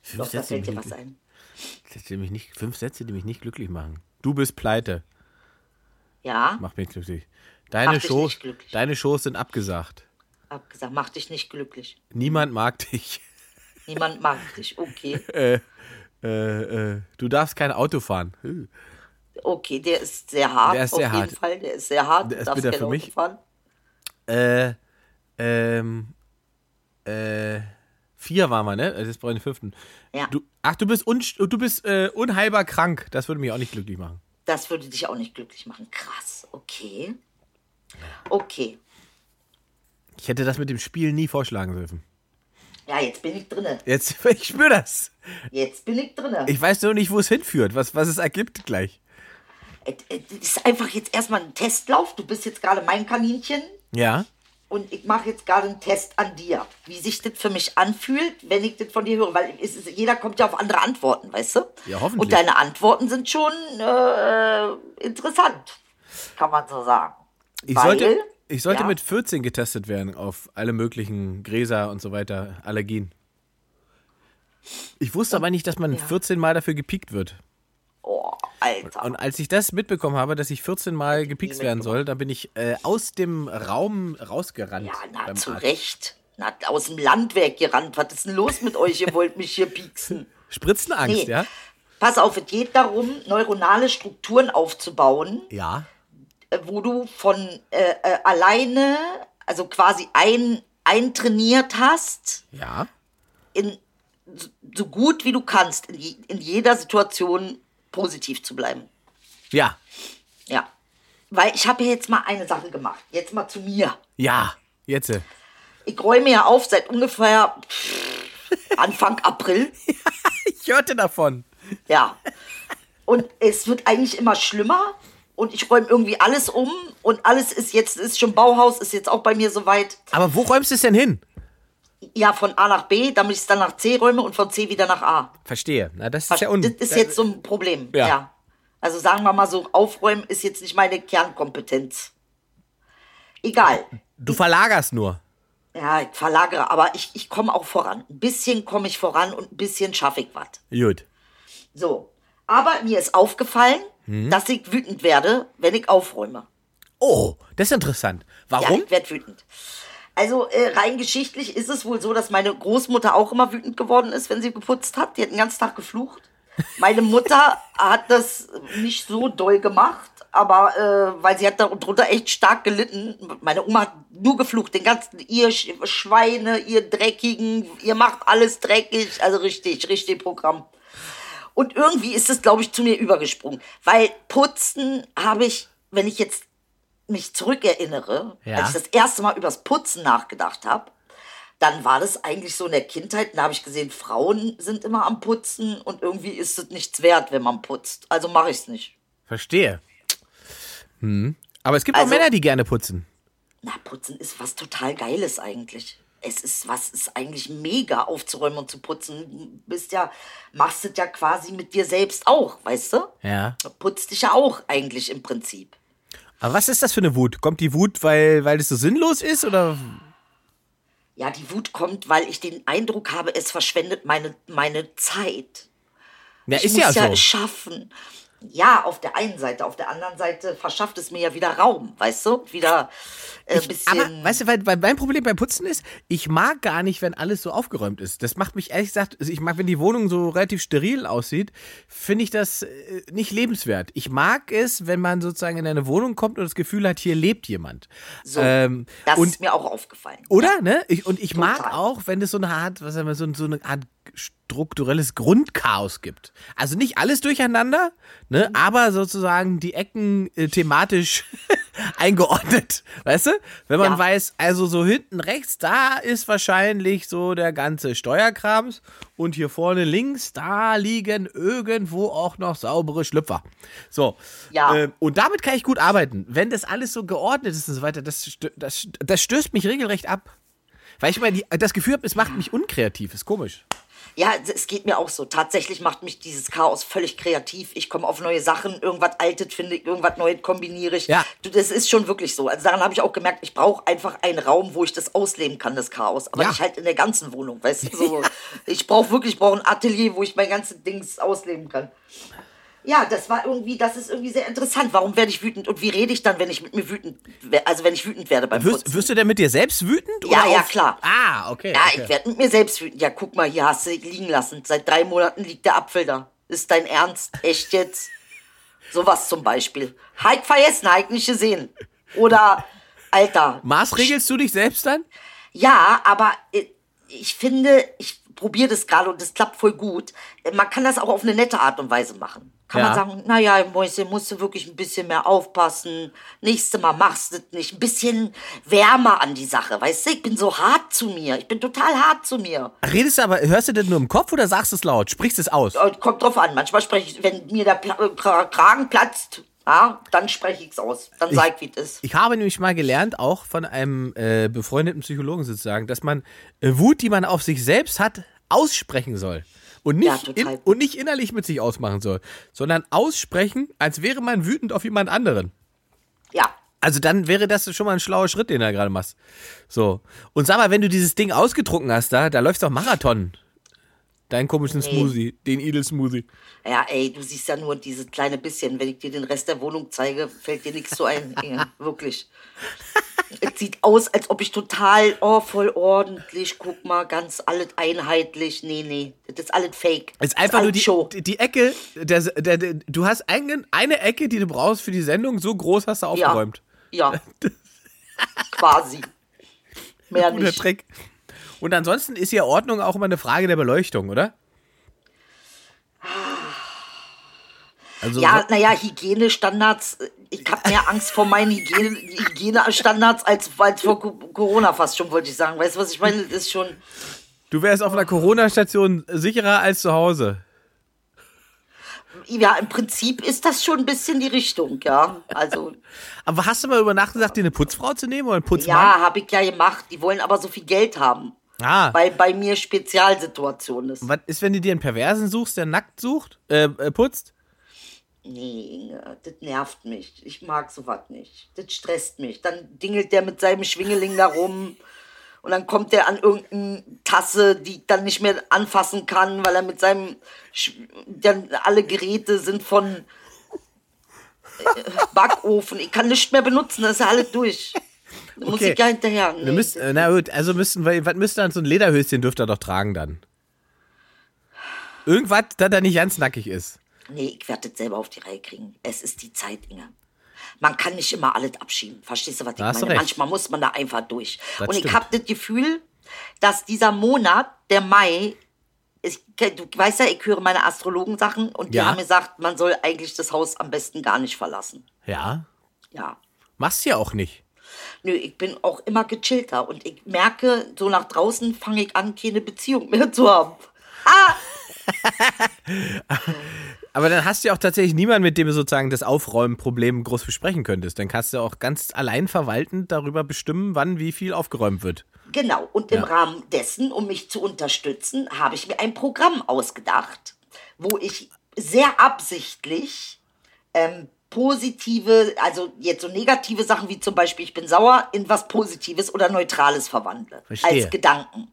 S5: Fünf,
S6: Doch, da
S5: Sätze,
S6: fällt
S5: die
S6: dir
S5: mich,
S6: was ein.
S5: Sätze, die mich nicht, fünf Sätze, die mich nicht glücklich machen. Du bist pleite.
S6: Ja,
S5: Mach mich glücklich. Deine,
S6: Mach dich
S5: Shows,
S6: nicht glücklich.
S5: deine Shows sind abgesagt.
S6: hab gesagt, mach dich nicht glücklich.
S5: Niemand mag dich.
S6: Niemand mag dich. Okay.
S5: Äh, äh, du darfst kein Auto fahren. Hm.
S6: Okay, der ist sehr hart.
S5: Der ist
S6: auf
S5: sehr
S6: jeden
S5: hart.
S6: Fall. Der ist sehr hart.
S5: Der
S6: Du
S5: ist
S6: darfst
S5: bitter
S6: kein
S5: für
S6: Auto
S5: mich.
S6: fahren.
S5: Äh, ähm, äh, vier waren wir, ne? Das ist bei den fünften.
S6: Ja.
S5: Du, ach, du bist, un, du bist äh, unheilbar krank. Das würde mich auch nicht glücklich machen.
S6: Das würde dich auch nicht glücklich machen. Krass. Okay. Okay.
S5: Ich hätte das mit dem Spiel nie vorschlagen dürfen.
S6: Ja, jetzt bin ich drinne.
S5: Jetzt, ich spüre das.
S6: Jetzt bin ich drinne.
S5: Ich weiß nur nicht, wo es hinführt, was, was es ergibt gleich.
S6: Äh, äh, Das ist einfach jetzt erstmal ein Testlauf. Du bist jetzt gerade mein Kaninchen
S5: Ja.
S6: und ich mache jetzt gerade einen Test an dir, wie sich das für mich anfühlt, wenn ich das von dir höre. Weil es ist, jeder kommt ja auf andere Antworten, weißt du?
S5: Ja, hoffentlich.
S6: Und deine Antworten sind schon äh, interessant, kann man so sagen.
S5: Ich
S6: Weil-
S5: sollte, ich sollte
S6: ja,
S5: mit 14 getestet werden auf alle möglichen Gräser und so weiter, Allergien. Ich wusste aber nicht, dass man 14 Mal dafür gepiekt wird.
S6: Oh, Alter.
S5: Und als ich das mitbekommen habe, dass ich 14 Mal gepikst
S6: nie
S5: werden soll, da bin ich äh, aus dem Raum rausgerannt.
S6: ja, na,
S5: beim
S6: zu
S5: Arzt.
S6: Recht. Na, aus dem Land weggerannt. Was ist denn los mit euch? Ihr wollt mich hier pieksen.
S5: Spritzenangst,
S6: Nee.
S5: ja?
S6: Pass auf, es geht darum, neuronale Strukturen aufzubauen,
S5: Ja.
S6: äh, wo du von äh, äh, alleine, also quasi ein, eintrainiert hast,
S5: Ja.
S6: in, so- so gut wie du kannst, in, je, in jeder Situation positiv zu bleiben.
S5: Ja.
S6: Ja. Weil ich habe ja jetzt mal eine Sache gemacht. Jetzt mal zu mir.
S5: Ja. Jetzt. äh.
S6: Ich räume ja auf seit ungefähr pff, Anfang April.
S5: Ich hörte davon.
S6: Ja. Und es wird eigentlich immer schlimmer. Und ich räume irgendwie alles um. Und alles ist jetzt, ist schon Bauhaus, ist jetzt auch bei mir soweit.
S5: Aber wo räumst du es denn hin?
S6: Ja, von A nach B, damit ich es dann nach C räume und von C wieder nach A.
S5: Verstehe. Na, das ist ja un.
S6: das ist jetzt so ein Problem.
S5: Ja.
S6: Ja. Also sagen wir mal so, aufräumen ist jetzt nicht meine Kernkompetenz. Egal.
S5: du verlagerst nur.
S6: Ja, ich verlagere, aber ich, ich komme auch voran. Ein bisschen komme ich voran und ein bisschen schaffe ich was.
S5: Gut.
S6: So. Aber mir ist aufgefallen,
S5: Mhm.
S6: dass ich wütend werde, wenn ich aufräume.
S5: Oh, das ist interessant. Warum?
S6: Ja, ich werde wütend. Also äh, rein geschichtlich ist es wohl so, dass meine Großmutter auch immer wütend geworden ist, wenn sie geputzt hat. Die hat den ganzen Tag geflucht. Meine Mutter hat das nicht so doll gemacht, aber äh, weil sie hat darunter echt stark gelitten. Meine Oma hat nur geflucht, den ganzen, ihr Sch Schweine, ihr Dreckigen, ihr macht alles dreckig. Also richtig, richtig Programm. Und irgendwie ist es, glaube ich, zu mir übergesprungen. Weil Putzen habe ich, wenn ich jetzt mich zurückerinnere,
S5: Ja.
S6: als ich das erste Mal übers Putzen nachgedacht habe, dann war das eigentlich so in der Kindheit, da habe ich gesehen, Frauen sind immer am Putzen und irgendwie ist es nichts wert, wenn man putzt. Also mache ich es nicht.
S5: Verstehe. Hm. Aber es gibt auch
S6: Also-
S5: Männer, die gerne putzen.
S6: Na, Putzen ist was total Geiles eigentlich. Es ist was, ist eigentlich mega aufzuräumen und zu putzen. Du Bist ja, machst es ja quasi mit dir selbst auch, weißt du?
S5: Ja.
S6: Putzt dich ja auch eigentlich im Prinzip.
S5: Aber was ist das für eine Wut? Kommt die Wut, weil, weil es so sinnlos ist? Oder?
S6: Ja, die Wut kommt, weil ich den Eindruck habe, es verschwendet meine, meine Zeit.
S5: Ja,
S6: Ich
S5: ist ja
S6: muss ja
S5: so.
S6: es schaffen. Ja, auf der einen Seite. Auf der anderen Seite verschafft es mir ja wieder Raum, weißt du? Wieder äh, ein bisschen.
S5: Aber weißt du, weil, weil mein Problem beim Putzen ist, ich mag gar nicht, wenn alles so aufgeräumt ist. Das macht mich ehrlich gesagt, also ich mag, wenn die Wohnung so relativ steril aussieht, finde ich das äh, nicht lebenswert. Ich mag es, wenn man sozusagen in eine Wohnung kommt und das Gefühl hat, hier lebt jemand.
S6: so,
S5: ähm,
S6: das
S5: und-
S6: ist mir auch aufgefallen.
S5: Oder? Ne? Ich, und ich mag
S6: Total.
S5: auch, wenn es so eine Art, was sagen wir, so, ein- so eine Art strukturelles Grundchaos gibt. Also nicht alles durcheinander,
S6: Mhm.
S5: ne? aber sozusagen die Ecken äh, thematisch eingeordnet. Weißt du? Wenn man
S6: Ja.
S5: weiß, also so hinten rechts, da ist wahrscheinlich so der ganze Steuerkrams und hier vorne links, da liegen irgendwo auch noch saubere Schlüpfer. So.
S6: Ja.
S5: Ähm, und damit kann ich gut arbeiten. Wenn das alles so geordnet ist und so weiter, das, stö das, st- das stößt mich regelrecht ab. Weil ich immer die, das Gefühl habe, es macht mich unkreativ. Ist komisch.
S6: Ja, es- es geht mir auch so. Tatsächlich macht mich dieses Chaos völlig kreativ. Ich komme auf neue Sachen, irgendwas Altes finde ich, irgendwas Neues kombiniere ich.
S5: Ja.
S6: Du, das ist schon wirklich so. Also daran habe ich auch gemerkt, ich brauche einfach einen Raum, wo ich das ausleben kann, das Chaos. Aber
S5: Ja.
S6: nicht halt in der ganzen Wohnung, weißt du? So, Ich brauche wirklich, ich brauche ein Atelier, wo ich mein ganzes Dings ausleben kann. Ja, das war irgendwie, das ist irgendwie sehr interessant. Warum werde ich wütend und wie rede ich dann, wenn ich mit mir wütend, we- also wenn ich wütend werde beim Putzen?
S5: Wirst, wirst du denn mit dir selbst wütend?
S6: Ja,
S5: oder
S6: ja,
S5: auf-
S6: klar.
S5: Ah, okay.
S6: Ja,
S5: okay.
S6: ich werde mit mir selbst wütend. Ja, guck mal, hier hast du liegen lassen. Seit drei Monaten liegt der Apfel da. Ist dein Ernst? Echt jetzt? Sowas zum Beispiel. Hike vergessen, Hike nicht gesehen. Oder, Alter.
S5: Maßregelst du dich selbst dann?
S6: Ja, aber äh, ich finde, ich probiere das gerade und das klappt voll gut. Äh, Man kann das auch auf eine nette Art und Weise machen. Kann
S5: Ja.
S6: man sagen, naja, Mäuschen, musst du wirklich ein bisschen mehr aufpassen. Nächstes Mal machst du das nicht. Ein bisschen wärmer an die Sache. Weißt du, ich bin so hart zu mir. Ich bin total hart zu mir.
S5: Redest du aber, hörst du das nur im Kopf oder sagst es laut? Sprichst es aus?
S6: Äh, Kommt drauf an. Manchmal spreche ich, wenn mir der Pla äh, Kra- Kragen platzt, ja, dann spreche ich es aus. Dann sage ich, wie es ist.
S5: Ich habe nämlich mal gelernt, auch von einem äh, befreundeten Psychologen sozusagen, dass man äh, Wut, die man auf sich selbst hat, aussprechen soll. Und
S6: Ja,
S5: nicht,
S6: total.
S5: in, und nicht innerlich mit sich ausmachen soll, sondern aussprechen, als wäre man wütend auf jemand anderen.
S6: Ja.
S5: Also dann wäre das schon mal ein schlauer Schritt, den du da gerade machst. So. Und sag mal, wenn du dieses Ding ausgetrunken hast, da, da läuft doch Marathon. Deinen komischen Smoothie, den Edel-Smoothie.
S6: Ja, ey, du siehst ja nur dieses kleine bisschen. Wenn ich dir den Rest der Wohnung zeige, fällt dir nichts so ein. Inge. Wirklich. Es sieht aus, als ob ich total, oh, voll ordentlich, guck mal, ganz alles einheitlich. Nee, nee, das ist alles fake.
S5: Es ist
S6: Das
S5: einfach
S6: alles
S5: nur die,
S6: Show.
S5: die- die Ecke, der, der, der, du hast einen, eine Ecke, die du brauchst für die Sendung, so groß hast du aufgeräumt.
S6: Ja. ja. Quasi. Mehr
S5: Guter
S6: nicht.
S5: Trick. Und ansonsten ist ja Ordnung auch immer eine Frage der Beleuchtung, oder? Also
S6: Ja,
S5: so-
S6: naja, Hygienestandards. äh, Ich habe mehr Angst vor meinen Hygiene- Hygienestandards als, als vor Co- Corona fast schon, wollte ich sagen. Weißt du, was ich meine? Das ist schon.
S5: du wärst auf einer Corona-Station sicherer als zu Hause.
S6: Ja, im Prinzip ist das schon ein bisschen die Richtung, ja. Also,
S5: Aber hast du mal über Nacht gesagt, dir eine Putzfrau zu nehmen oder einen Putzmann?
S6: ja, habe ich ja gemacht. Die wollen aber so viel Geld haben.
S5: Ja. Ah,
S6: Weil bei mir Spezialsituation ist.
S5: was ist, wenn du dir einen Perversen suchst, der nackt sucht, äh, äh, putzt?
S6: Nee, Inge, das nervt mich. Ich mag sowas nicht. Das stresst mich. Dann dingelt der mit seinem Schwingeling da rum. Und dann kommt der an irgendeine Tasse, die ich dann nicht mehr anfassen kann, weil er mit seinem. Sch dann alle Geräte sind von. äh, Backofen. Ich kann nichts mehr benutzen, das ist ja alles durch. Da muss
S5: Okay.
S6: ich ja hinterher. Nee.
S5: Wir müssen, äh, na gut, also müssten wir, was müsste dann so ein Lederhöschen dürfte er doch tragen dann? Irgendwas, dass er nicht ganz nackig ist.
S6: Nee, ich werde das selber auf die Reihe kriegen. Es ist die Zeit, Inge. Man kann nicht immer alles abschieben. Verstehst du, was ich
S5: Da hast du
S6: meine?
S5: recht.
S6: Manchmal muss man da einfach durch.
S5: Das
S6: Und ich
S5: stimmt.
S6: habe das Gefühl, dass dieser Monat, der Mai, ich, du weißt ja, ich höre meine Astrologen-Sachen und die
S5: Ja.
S6: haben gesagt, man soll eigentlich das Haus am besten gar nicht verlassen.
S5: Ja.
S6: Ja.
S5: Machst ja auch nicht.
S6: Nö, ich bin auch immer gechillter und ich merke, so nach draußen fange ich an, keine Beziehung mehr zu haben. Ah!
S5: Aber dann hast du ja auch tatsächlich niemanden, mit dem du sozusagen das Aufräumen-Problem groß besprechen könntest. Dann kannst du auch ganz allein verwaltend darüber bestimmen, wann wie viel aufgeräumt wird.
S6: Genau, und im Rahmen dessen, um mich zu unterstützen, habe ich mir ein Programm ausgedacht, wo ich sehr absichtlich ähm, positive, also jetzt so negative Sachen wie zum Beispiel ich bin sauer, in was Positives oder Neutrales verwandle.
S5: Verstehe.
S6: Als Gedanken.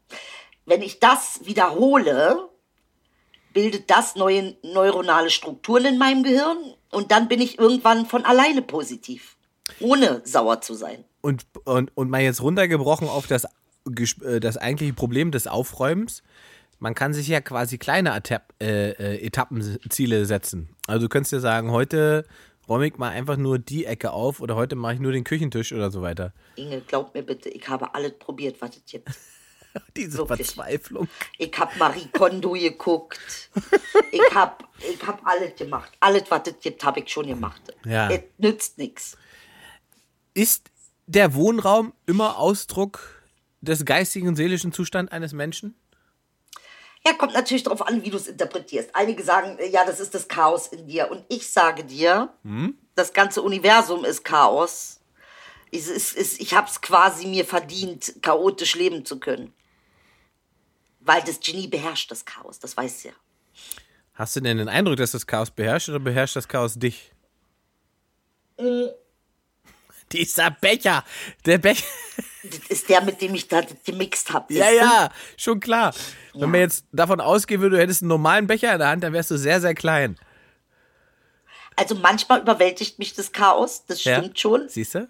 S6: Wenn ich das wiederhole, bildet das neue neuronale Strukturen in meinem Gehirn und dann bin ich irgendwann von alleine positiv, ohne sauer zu sein.
S5: Und, und, und mal jetzt runtergebrochen auf das, ges- äh, das eigentliche Problem des Aufräumens. Man kann sich ja quasi kleine Atep- äh, äh, Etappenziele setzen. Also du könntest ja sagen, heute räume ich mal einfach nur die Ecke auf oder heute mache ich nur den Küchentisch oder so weiter.
S6: Inge, glaub mir bitte, ich habe alles probiert, was es gibt.
S5: Diese
S6: Wirklich.
S5: Verzweiflung.
S6: Ich habe Marie Kondo geguckt. Ich habe ich hab alles gemacht. Alles, was es gibt, habe ich schon gemacht.
S5: Ja.
S6: Es nützt nichts.
S5: Ist der Wohnraum immer Ausdruck des geistigen und seelischen Zustands eines Menschen?
S6: Ja, kommt natürlich darauf an, wie du es interpretierst. Einige sagen, äh, ja, das ist das Chaos in dir. Und ich sage dir,
S5: Hm?
S6: das ganze Universum ist Chaos. Es ist, es, ich habe es quasi mir verdient, chaotisch leben zu können. Weil das Genie beherrscht das Chaos, das weißt du ja.
S5: Hast du denn den Eindruck, dass das Chaos beherrscht oder beherrscht das Chaos dich? Dieser Becher, der Becher.
S6: Das ist der, mit dem ich da gemixt habe.
S5: Ja, ja, schon klar. Wenn man jetzt davon ausgehen würde, du hättest einen normalen Becher in der Hand, dann wärst du sehr, sehr klein.
S6: Also manchmal überwältigt mich das Chaos, das
S5: Ja?
S6: stimmt schon,
S5: Siehst du?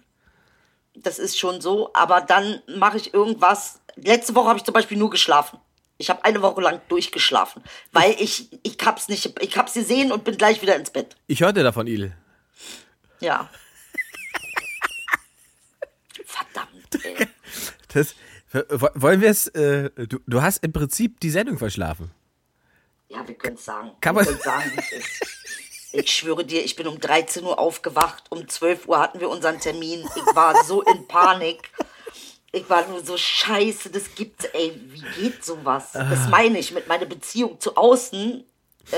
S6: das ist schon so, aber dann mache ich irgendwas. Letzte Woche habe ich zum Beispiel nur geschlafen. Ich habe eine Woche lang durchgeschlafen, weil ich ich hab's nicht, ich hab's gesehen und bin gleich wieder ins Bett.
S5: Ich hörte davon, Il.
S6: Ja. Verdammt. Ey.
S5: Das, w- wollen wir es, äh, du, du hast im Prinzip die Sendung verschlafen.
S6: Ja, wir können sagen.
S5: Kann
S6: wir
S5: man-
S6: können sagen, wie es ist. Ich schwöre dir, ich bin um 13 Uhr aufgewacht. Um 12 Uhr hatten wir unseren Termin. Ich war so in Panik. Ich war nur so scheiße, das gibt's, ey, wie geht sowas?
S5: Ah.
S6: Das meine ich mit meiner Beziehung zu außen äh,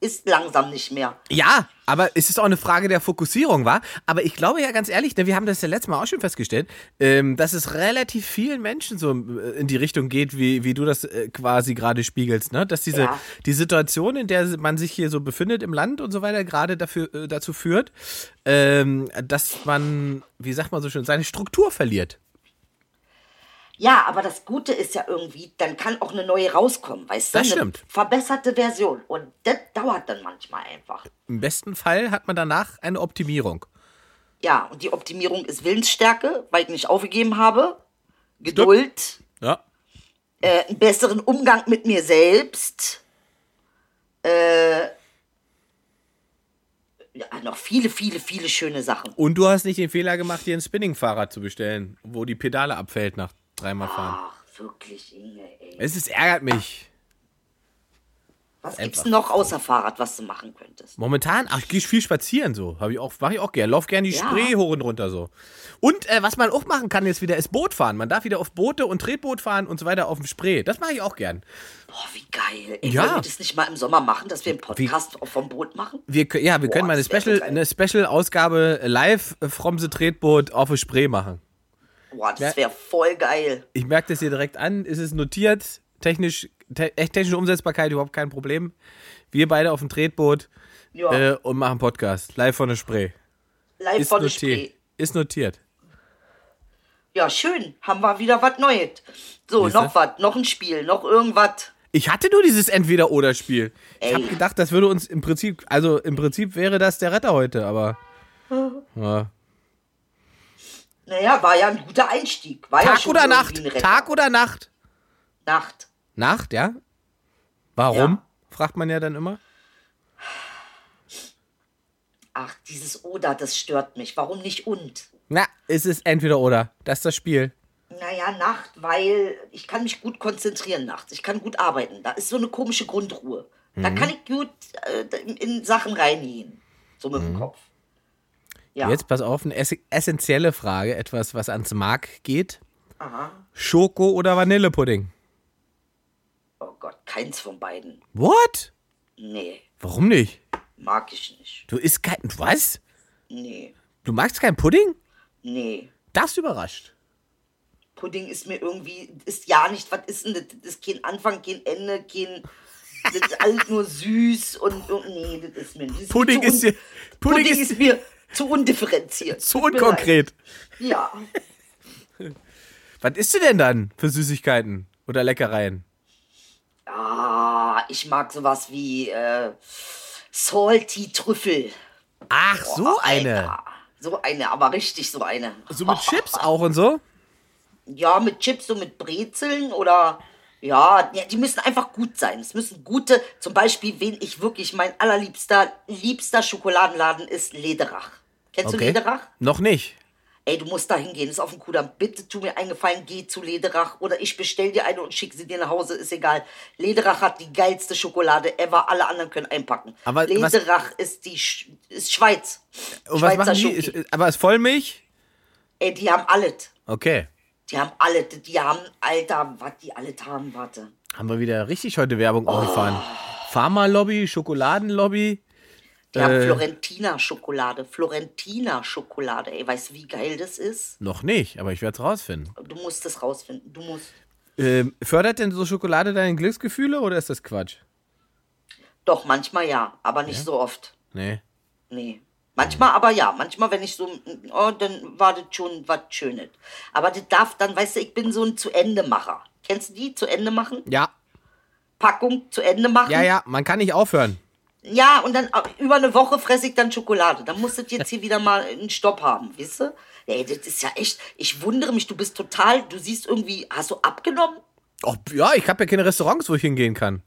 S6: ist langsam nicht mehr.
S5: Ja, aber es ist auch eine Frage der Fokussierung, war. Aber ich glaube ja ganz ehrlich, ne, wir haben das ja letztes Mal auch schon festgestellt, ähm, dass es relativ vielen Menschen so äh, in die Richtung geht, wie, wie du das äh, quasi gerade spiegelst, ne? Dass diese
S6: Ja.
S5: die Situation, in der man sich hier so befindet im Land und so weiter, gerade dafür äh, dazu führt, ähm, dass man, wie sagt man so schön, seine Struktur verliert.
S6: Ja, aber das Gute ist ja irgendwie, dann kann auch eine neue rauskommen, weißt du?
S5: Das
S6: Eine
S5: stimmt.
S6: verbesserte Version. Und das dauert dann manchmal einfach.
S5: Im besten Fall hat man danach eine Optimierung.
S6: Ja, und die Optimierung ist Willensstärke, weil ich nicht aufgegeben habe. Geduld.
S5: Ja.
S6: äh, einen besseren Umgang mit mir selbst. Äh, ja, noch viele, viele, viele schöne Sachen.
S5: Und du hast nicht den Fehler gemacht, dir ein Spinning-Fahrrad zu bestellen, wo die Pedale abfällt nach dreimal Fahren.
S6: Ach, wirklich, Inge, ey.
S5: Es ist, ärgert mich.
S6: Was gibt's denn noch außer Fahrrad, was du machen könntest?
S5: Momentan, ach, ich gehe viel spazieren so. Hab ich auch, mache ich auch gerne. Lauf gerne die
S6: Ja.
S5: Spree hoch und runter so. Und äh, was man auch machen kann jetzt wieder, ist Boot fahren. Man darf wieder auf Boote und Tretboot fahren und so weiter auf dem Spree. Das mache ich auch gern.
S6: Boah, Oh, wie geil. Ey,
S5: Ja.
S6: Wollen wir das nicht mal im Sommer machen, dass wir einen Podcast auf vom Boot machen?
S5: Wir, kö- ja, wir können mal eine
S6: das wär
S5: Special,
S6: so geil.
S5: eine Special Ausgabe live äh, from the Tretboot auf dem Spree machen.
S6: Boah,
S5: Ja.
S6: das wäre voll geil.
S5: Ich merke das hier direkt an. Es ist notiert. Technisch, te echt technische Umsetzbarkeit überhaupt kein Problem. Wir beide auf dem Tretboot
S6: Ja,
S5: äh, und machen Podcast live von der Spree.
S6: live
S5: Ist
S6: von der
S5: notiert.
S6: Spree.
S5: Ist notiert.
S6: Ja, schön. Haben wir wieder was Neues. So, noch was, noch ein Spiel, noch irgendwas.
S5: Ich hatte nur dieses Entweder-Oder-Spiel. Ich
S6: Ey.
S5: habe gedacht, das würde uns im Prinzip, also im Prinzip wäre das der Retter heute, aber ja.
S6: Naja, war ja ein guter Einstieg. War ja
S5: Tag
S6: schon
S5: oder
S6: irgendwie
S5: Nacht?
S6: ein Retter.
S5: Tag oder Nacht?
S6: Nacht.
S5: Nacht, ja? Warum?
S6: Ja.
S5: Fragt man ja dann immer.
S6: Ach, dieses Oder, das stört mich. Warum nicht und?
S5: Na, es ist entweder oder. Das ist das Spiel.
S6: Naja, Nacht, weil ich kann mich gut konzentrieren nachts. Ich kann gut arbeiten. Da ist so eine komische Grundruhe.
S5: Mhm.
S6: Da kann ich gut äh, in, in Sachen reingehen. So mit dem Kopf. Ja.
S5: Mhm. Jetzt pass auf, eine ess essentielle Frage, etwas, was ans Mark geht.
S6: Aha.
S5: Schoko oder Vanillepudding?
S6: Oh Gott, keins von beiden.
S5: What?
S6: Nee,
S5: Warum nicht?
S6: mag ich nicht.
S5: Du isst kein. Was?
S6: Nee,
S5: Du magst keinen Pudding?
S6: nee.
S5: Das überrascht.
S6: Pudding ist mir irgendwie, ist ja nicht, was ist denn das? Das ist kein Anfang, kein Ende, kein. Das ist alles nur süß und. und nee, das ist mir nicht. das mir
S5: Pudding
S6: zu
S5: ist
S6: un-
S5: dir- Pudding
S6: Pudding
S5: ist-
S6: ist mir zu undifferenziert.
S5: So
S6: Tut mir
S5: unkonkret.
S6: leid. Ja.
S5: Was isst du denn dann für Süßigkeiten oder Leckereien?
S6: Ah, ich mag sowas wie äh, Salty Trüffel.
S5: Ach, so eine.
S6: Alter. So eine, aber richtig so eine.
S5: So mit Chips auch und so?
S6: Ja, mit Chips, so mit Brezeln oder. Ja, ja, die müssen einfach gut sein. Es müssen gute, zum Beispiel, wen ich wirklich, mein allerliebster, liebster Schokoladenladen ist Lederach. Kennst du Lederach?
S5: Noch nicht.
S6: Ey, du musst da hingehen, ist auf dem Kudamm. Bitte tu mir eingefallen, geh zu Lederach oder ich bestell dir eine und schick sie dir nach Hause, ist egal. Lederach hat die geilste Schokolade ever, alle anderen können einpacken.
S5: Aber was-
S6: Lederach ist die Sch ist Schweiz.
S5: Und was machen die?
S6: Schoki.
S5: Ist, ist- aber ist Vollmilch?
S6: Ey, die haben alles.
S5: Okay.
S6: Die haben alles. Die haben, Alter, was die alles haben, warte.
S5: Haben wir wieder richtig heute Werbung aufgefahren. Pharma-Lobby, Schokoladenlobby.
S6: Die haben
S5: Äh.
S6: Florentiner Schokolade. Florentiner Schokolade. Ey, weißt du, wie geil das ist?
S5: Noch nicht, aber ich werde es rausfinden.
S6: Du musst das rausfinden. Du musst.
S5: Ähm, fördert denn so Schokolade deine Glücksgefühle oder ist das Quatsch?
S6: Doch, manchmal ja, aber nicht so oft.
S5: Nee.
S6: Nee. Manchmal aber ja. Manchmal, wenn ich so, mm, oh, dann war das schon was Schönes. Aber das darf dann, weißt du, ich bin so ein Zu-Ende-Macher. Kennst du die? Zu Ende machen?
S5: Ja,
S6: Packung zu Ende machen?
S5: ja, ja, man kann nicht aufhören.
S6: Ja, und dann äh, über eine Woche fresse ich dann Schokolade. Dann musst du jetzt hier wieder mal einen Stopp haben, weißt du? Ey, das ist ja echt, ich wundere mich, du bist total, du siehst irgendwie, hast du abgenommen?
S5: Och, ja, ich habe ja keine Restaurants, wo ich hingehen kann.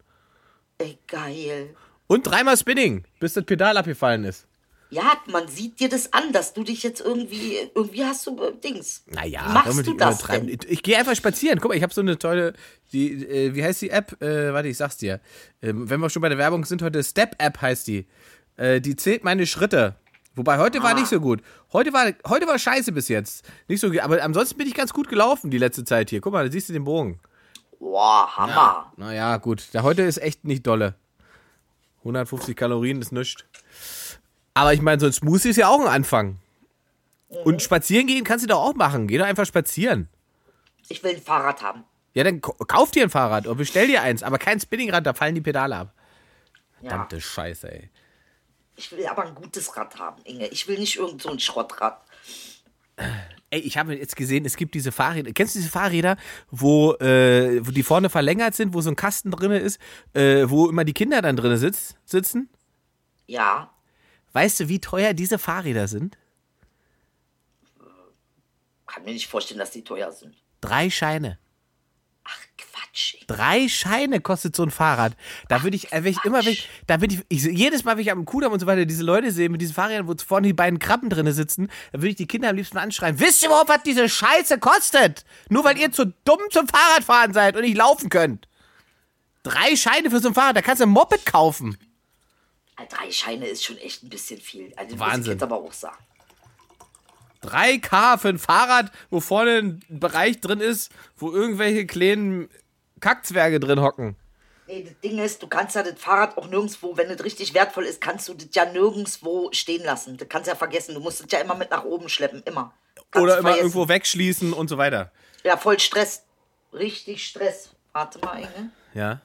S6: Ey, geil.
S5: Und dreimal Spinning, bis das Pedal abgefallen ist.
S6: Ja, man sieht dir das an, dass du dich jetzt irgendwie, irgendwie hast du äh, Dings.
S5: Naja,
S6: Wie machst
S5: wollen wir
S6: du
S5: nicht
S6: das
S5: übertreiben?
S6: denn?
S5: Ich, ich gehe einfach spazieren. Guck mal, ich habe so eine tolle, die, äh, wie heißt die App? Äh, warte, ich sag's dir. Ähm, wenn wir schon bei der Werbung sind, heute Step App heißt die. Äh, die zählt meine Schritte. Wobei heute
S6: Ah.
S5: war nicht so gut. Heute war, heute war scheiße bis jetzt. Nicht so, ge- aber ansonsten bin ich ganz gut gelaufen die letzte Zeit hier. Guck mal, da siehst du den Bogen.
S6: Boah, Hammer.
S5: Naja, gut. Der heute ist echt nicht dolle. 150 Kalorien ist nichts. Aber ich meine, so ein Smoothie ist ja auch ein Anfang.
S6: Mhm.
S5: Und spazieren gehen kannst du doch auch machen. Geh doch einfach spazieren.
S6: Ich will ein Fahrrad haben.
S5: Ja, dann ko- kauf dir ein Fahrrad oder bestell dir eins, aber kein Spinningrad, da fallen die Pedale ab.
S6: Ja.
S5: Verdammte Scheiße, ey.
S6: Ich will aber ein gutes Rad haben, Inge. Ich will nicht irgend so ein Schrottrad.
S5: Ey, ich habe jetzt gesehen, es gibt diese Fahrräder. Kennst du diese Fahrräder, wo, äh, wo die vorne verlängert sind, wo so ein Kasten drin ist, äh, wo immer die Kinder dann drin sitz, sitzen?
S6: Ja.
S5: Weißt du, wie teuer diese Fahrräder sind?
S6: kann mir nicht vorstellen, dass die teuer sind.
S5: Drei Scheine.
S6: Ach, Quatsch. ey.
S5: Drei Scheine kostet so ein Fahrrad. Da würde ich, äh, wenn ich immer, wenn ich, da würde ich, ich, jedes Mal, wenn ich am Kudamm und so weiter diese Leute sehe mit diesen Fahrrädern, wo vorne die beiden Krabben drin sitzen, da würde ich die Kinder am liebsten anschreien. Wisst ihr überhaupt, was diese Scheiße kostet? Nur weil ihr zu dumm zum Fahrradfahren seid und nicht laufen könnt. Drei Scheine für so ein Fahrrad, da kannst du ein Moped kaufen.
S6: Ah, Drei Scheine ist schon echt ein bisschen viel. Also, Muss ich
S5: Wahnsinn.
S6: jetzt aber auch sagen.
S5: 3K für ein Fahrrad, wo vorne ein Bereich drin ist, wo irgendwelche kleinen Kackzwerge drin hocken.
S6: Nee, das Ding ist, du kannst ja das Fahrrad auch nirgendwo, wenn es richtig wertvoll ist, kannst du das ja nirgendwo stehen lassen. Das kannst du ja vergessen. Du musst es ja immer mit nach oben schleppen. Immer. Kannst
S5: Oder
S6: du
S5: immer
S6: vergessen.
S5: irgendwo wegschließen und so weiter.
S6: Ja, voll Stress. Richtig Stress. Warte mal, Inge.
S5: Ja.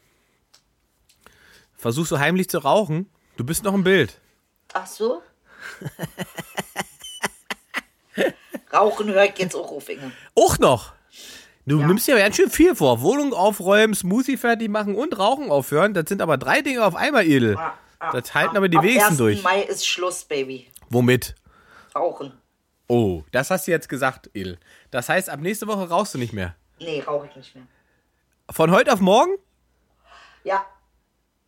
S5: Versuchst du heimlich zu rauchen? Du bist noch im Bild.
S6: Ach so? Rauchen höre ich jetzt auch auf, Inge.
S5: Auch noch. Du nimmst dir aber ganz schön viel vor. Wohnung aufräumen, Smoothie fertig machen und Rauchen aufhören. Das sind aber drei Dinge auf einmal, Edel. Das halten aber die
S6: Ah, Ab
S5: wenigsten
S6: 1.
S5: durch.
S6: Mai ist Schluss, Baby.
S5: Womit?
S6: Rauchen.
S5: Oh, das hast du jetzt gesagt, Edel. Das heißt, ab nächste Woche rauchst du nicht mehr.
S6: Nee, rauche ich nicht mehr.
S5: Von heute auf morgen?
S6: Ja,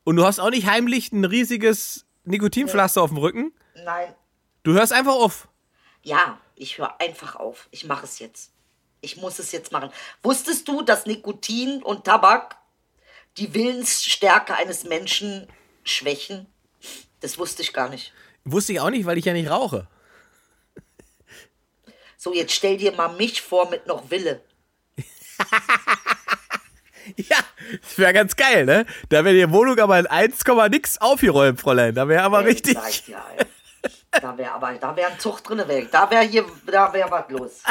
S5: Und du hast auch nicht heimlich ein riesiges Nikotinpflaster auf dem Rücken?
S6: nein.
S5: Du hörst einfach auf.
S6: Ja, ich höre einfach auf. Ich mache es jetzt. Ich muss es jetzt machen. Wusstest du, dass Nikotin und Tabak die Willensstärke eines Menschen schwächen? Das wusste ich gar nicht.
S5: Wusste ich auch nicht, weil ich ja nicht rauche.
S6: So, jetzt stell dir mal mich vor mit noch Wille.
S5: Ja, das wäre ganz geil, ne? Da wäre die Wohnung aber in 1, nix aufgeräumt, Fräulein. Da wäre aber richtig.
S6: Sag ich dir, ey. Da wäre aber, da wäre ein Zucht drinne weg. Da wäre hier, da wäre was los.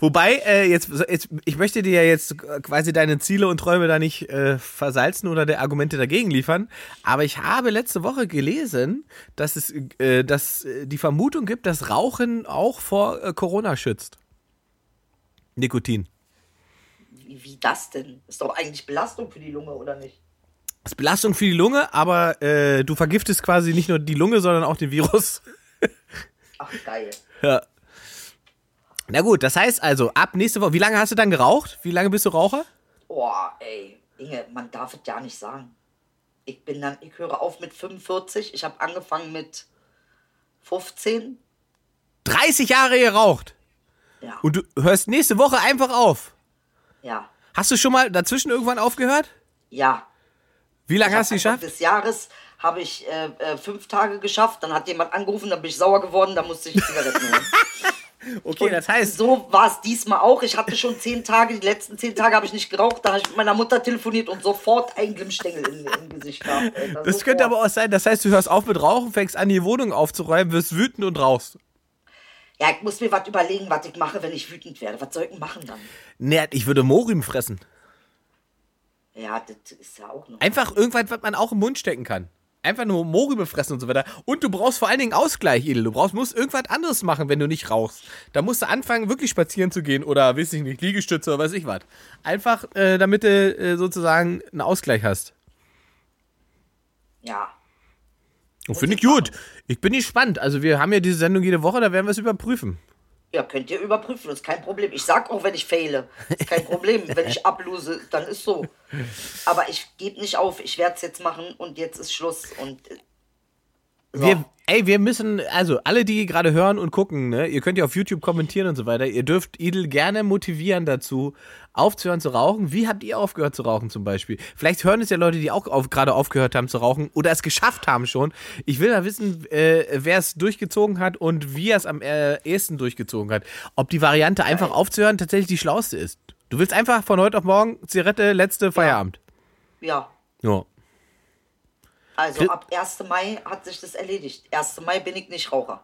S5: Wobei, äh, jetzt, jetzt, ich möchte dir ja jetzt quasi deine Ziele und Träume da nicht äh, versalzen oder der Argumente dagegen liefern, aber ich habe letzte Woche gelesen, dass es äh, dass äh, die Vermutung gibt, dass Rauchen auch vor äh, Corona schützt. Nikotin.
S6: Wie, wie das denn? Ist doch eigentlich Belastung für die Lunge, oder nicht?
S5: Das ist Belastung für die Lunge, aber äh, du vergiftest quasi nicht nur die Lunge, sondern auch den Virus.
S6: Ach, geil.
S5: Na gut, das heißt also, ab nächste Woche, wie lange hast du dann geraucht? Wie lange bist du Raucher?
S6: Boah, ey, Inge, man darf es ja nicht sagen. Ich bin dann, ich höre auf mit 45. Ich habe angefangen mit 15.
S5: 30 Jahre geraucht.
S6: Ja,
S5: Und du hörst nächste Woche einfach auf.
S6: ja,
S5: Hast du schon mal dazwischen irgendwann aufgehört?
S6: ja.
S5: Wie lange
S6: Ich
S5: hast du
S6: hab Anfang
S5: geschafft?
S6: Des Jahres habe ich äh, äh, fünf Tage geschafft. Dann hat jemand angerufen, dann bin ich sauer geworden, dann musste ich Zigaretten holen.
S5: Okay, das heißt,
S6: So war es diesmal auch. Ich hatte schon zehn Tage, die letzten zehn Tage habe ich nicht geraucht. Da habe ich mit meiner Mutter telefoniert und sofort einen Glimmstängel in, im Gesicht gehabt. Alter.
S5: das
S6: Sofort.
S5: könnte aber auch sein, das heißt, du hörst auf mit Rauchen, fängst an, die Wohnung aufzuräumen, wirst wütend und rauchst.
S6: Ja, ich muss mir was überlegen, was ich mache, wenn ich wütend werde. Was soll ich denn machen dann?
S5: Nee, ich würde Morim fressen.
S6: Ja, das ist ja auch noch.
S5: Einfach irgendwas, was man auch im Mund stecken kann. Einfach nur Mohrrübe fressen und so weiter. Und du brauchst vor allen Dingen Ausgleich, Edel. Du brauchst, musst irgendwas anderes machen, wenn du nicht rauchst. Da musst du anfangen, wirklich spazieren zu gehen oder, weiß ich nicht, Liegestütze oder weiß ich was. Einfach, äh, damit du äh, sozusagen einen Ausgleich hast.
S6: Ja.
S5: Und Oh, finde ich gut. Ich bin gespannt. Also wir haben ja diese Sendung jede Woche, da werden wir es überprüfen.
S6: Ja, könnt ihr überprüfen, das ist kein Problem. Ich sag auch, wenn ich fehle, ist kein Problem. wenn ich ablose, dann ist so. Aber ich gebe nicht auf, ich werde es jetzt machen und jetzt ist Schluss. Und äh,
S5: Wir, ey, wir müssen, also alle, die gerade hören und gucken, ne, ihr könnt ja auf YouTube kommentieren und so weiter. Ihr dürft Idel gerne motivieren dazu, aufzuhören zu rauchen. Wie habt ihr aufgehört zu rauchen zum Beispiel? Vielleicht hören es ja Leute, die auch auf, gerade aufgehört haben zu rauchen oder es geschafft haben schon. Ich will da wissen, äh, wer es durchgezogen hat und wie er es am äh, ehesten durchgezogen hat. Ob die Variante einfach aufzuhören tatsächlich die schlauste ist. Du willst einfach von heute auf morgen Zigarette, letzte Feierabend.
S6: ja,
S5: Ja.
S6: also ab 1. Mai hat sich das erledigt. 1. Mai bin ich nicht Raucher.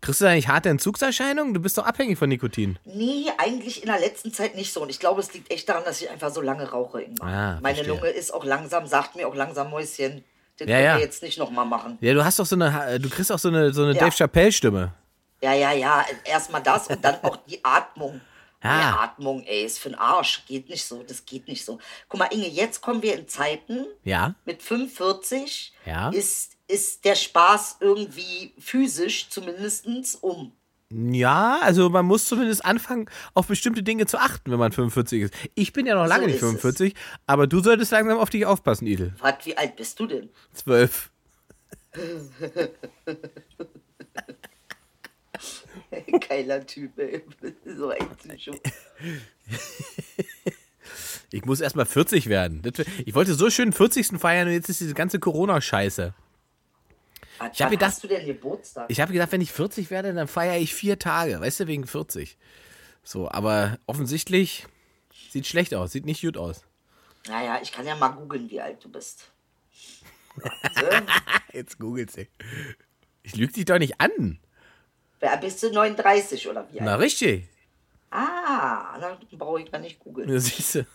S5: Kriegst du da nicht harte Entzugserscheinungen? Du bist doch abhängig von Nikotin.
S6: Nee, eigentlich in der letzten Zeit nicht so. Und ich glaube, es liegt echt daran, dass ich einfach so lange rauche. Ingmar.
S5: Ah,
S6: Meine
S5: verstehe.
S6: Lunge ist auch langsam, sagt mir auch langsam Mäuschen. Das
S5: Ja,
S6: können
S5: ja.
S6: wir jetzt nicht nochmal machen.
S5: Ja, du hast doch so eine, du kriegst auch so eine, so eine
S6: Ja.
S5: Dave Chappelle Stimme.
S6: Ja, ja, ja, erstmal das und dann auch die Atmung.
S5: Ah.
S6: Die Atmung, ey, ist für den Arsch. Geht nicht so, das geht nicht so. Guck mal, Inge, jetzt kommen wir in Zeiten.
S5: Ja.
S6: Mit 45
S5: Ja.
S6: ist, ist der Spaß irgendwie physisch zumindestens um.
S5: Ja, also man muss zumindest anfangen, auf bestimmte Dinge zu achten, wenn man 45 ist. Ich bin ja noch lange
S6: So
S5: nicht
S6: ist es.
S5: 45, aber du solltest langsam auf dich aufpassen, Idel.
S6: Fragt, wie alt bist du denn?
S5: 12.
S6: Geiler Typ, ey. So ein Psycho.
S5: Ich muss erstmal 40 werden. Das- Ich wollte so schön 40. feiern und jetzt ist diese ganze Corona-Scheiße.
S6: Ich
S5: hab
S6: hab
S5: mir das-
S6: hast du denn Geburtstag?
S5: Ich habe gedacht, wenn ich 40 werde, dann feiere ich vier Tage, weißt du, wegen 40. So, aber offensichtlich sieht schlecht aus, sieht nicht gut aus.
S6: Naja, ich kann ja mal googeln, wie alt du bist.
S5: Jetzt googelt sie. Ich lüge dich doch nicht an.
S6: Wer bist du 39 oder wie alt?
S5: Na, richtig.
S6: Ah, dann brauche ich gar nicht googeln.
S5: Ja, siehst du.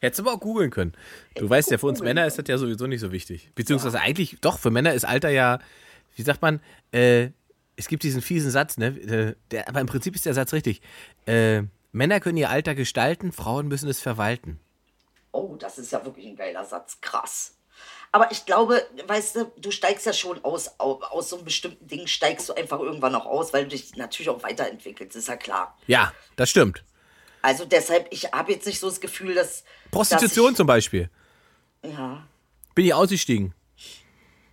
S5: Äh, Hättest du aber auch googeln können. Du weißt ja, für uns
S6: googeln
S5: Männer ist das ja sowieso nicht so wichtig. Beziehungsweise eigentlich, doch, für Männer ist Alter ja, wie sagt man, äh, es gibt diesen fiesen Satz, ne? äh, Der, aber im Prinzip ist der Satz richtig. Äh, Männer können ihr Alter gestalten, Frauen müssen es verwalten.
S6: Oh, das ist ja wirklich ein geiler Satz. Krass. Aber ich glaube, weißt du, du steigst ja schon aus, au- aus so einem bestimmten Ding, steigst du einfach irgendwann auch aus, weil du dich natürlich auch weiterentwickelst, ist ja klar.
S5: Ja, das stimmt.
S6: Also deshalb, ich habe jetzt nicht so das Gefühl, dass.
S5: Prostitution
S6: dass
S5: zum Beispiel.
S6: ich, Ja,
S5: Bin ich ausgestiegen.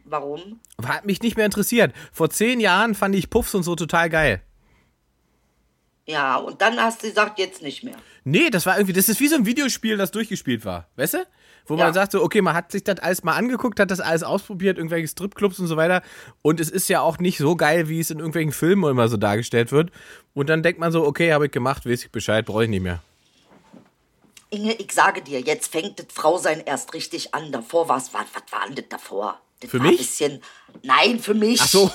S6: warum?
S5: Hat mich nicht mehr interessiert. Vor zehn Jahren fand ich Puffs und so total geil.
S6: Ja, und dann hast du gesagt, jetzt nicht mehr.
S5: Nee, das war irgendwie, das ist wie so ein Videospiel, das durchgespielt war. Weißt du? Wo man
S6: Ja.
S5: sagt so, okay, man hat sich das alles mal angeguckt, hat das alles ausprobiert, irgendwelche Stripclubs und so weiter. Und es ist ja auch nicht so geil, wie es in irgendwelchen Filmen immer so dargestellt wird. Und dann denkt man so, okay, habe ich gemacht, weiß ich Bescheid, brauche ich nicht mehr.
S6: Inge, ich sage dir, jetzt fängt das Frausein erst richtig an. Davor war es, was, was war denn das davor? Das
S5: Für
S6: war
S5: mich?
S6: Ein bisschen, nein, für mich.
S5: Ach so,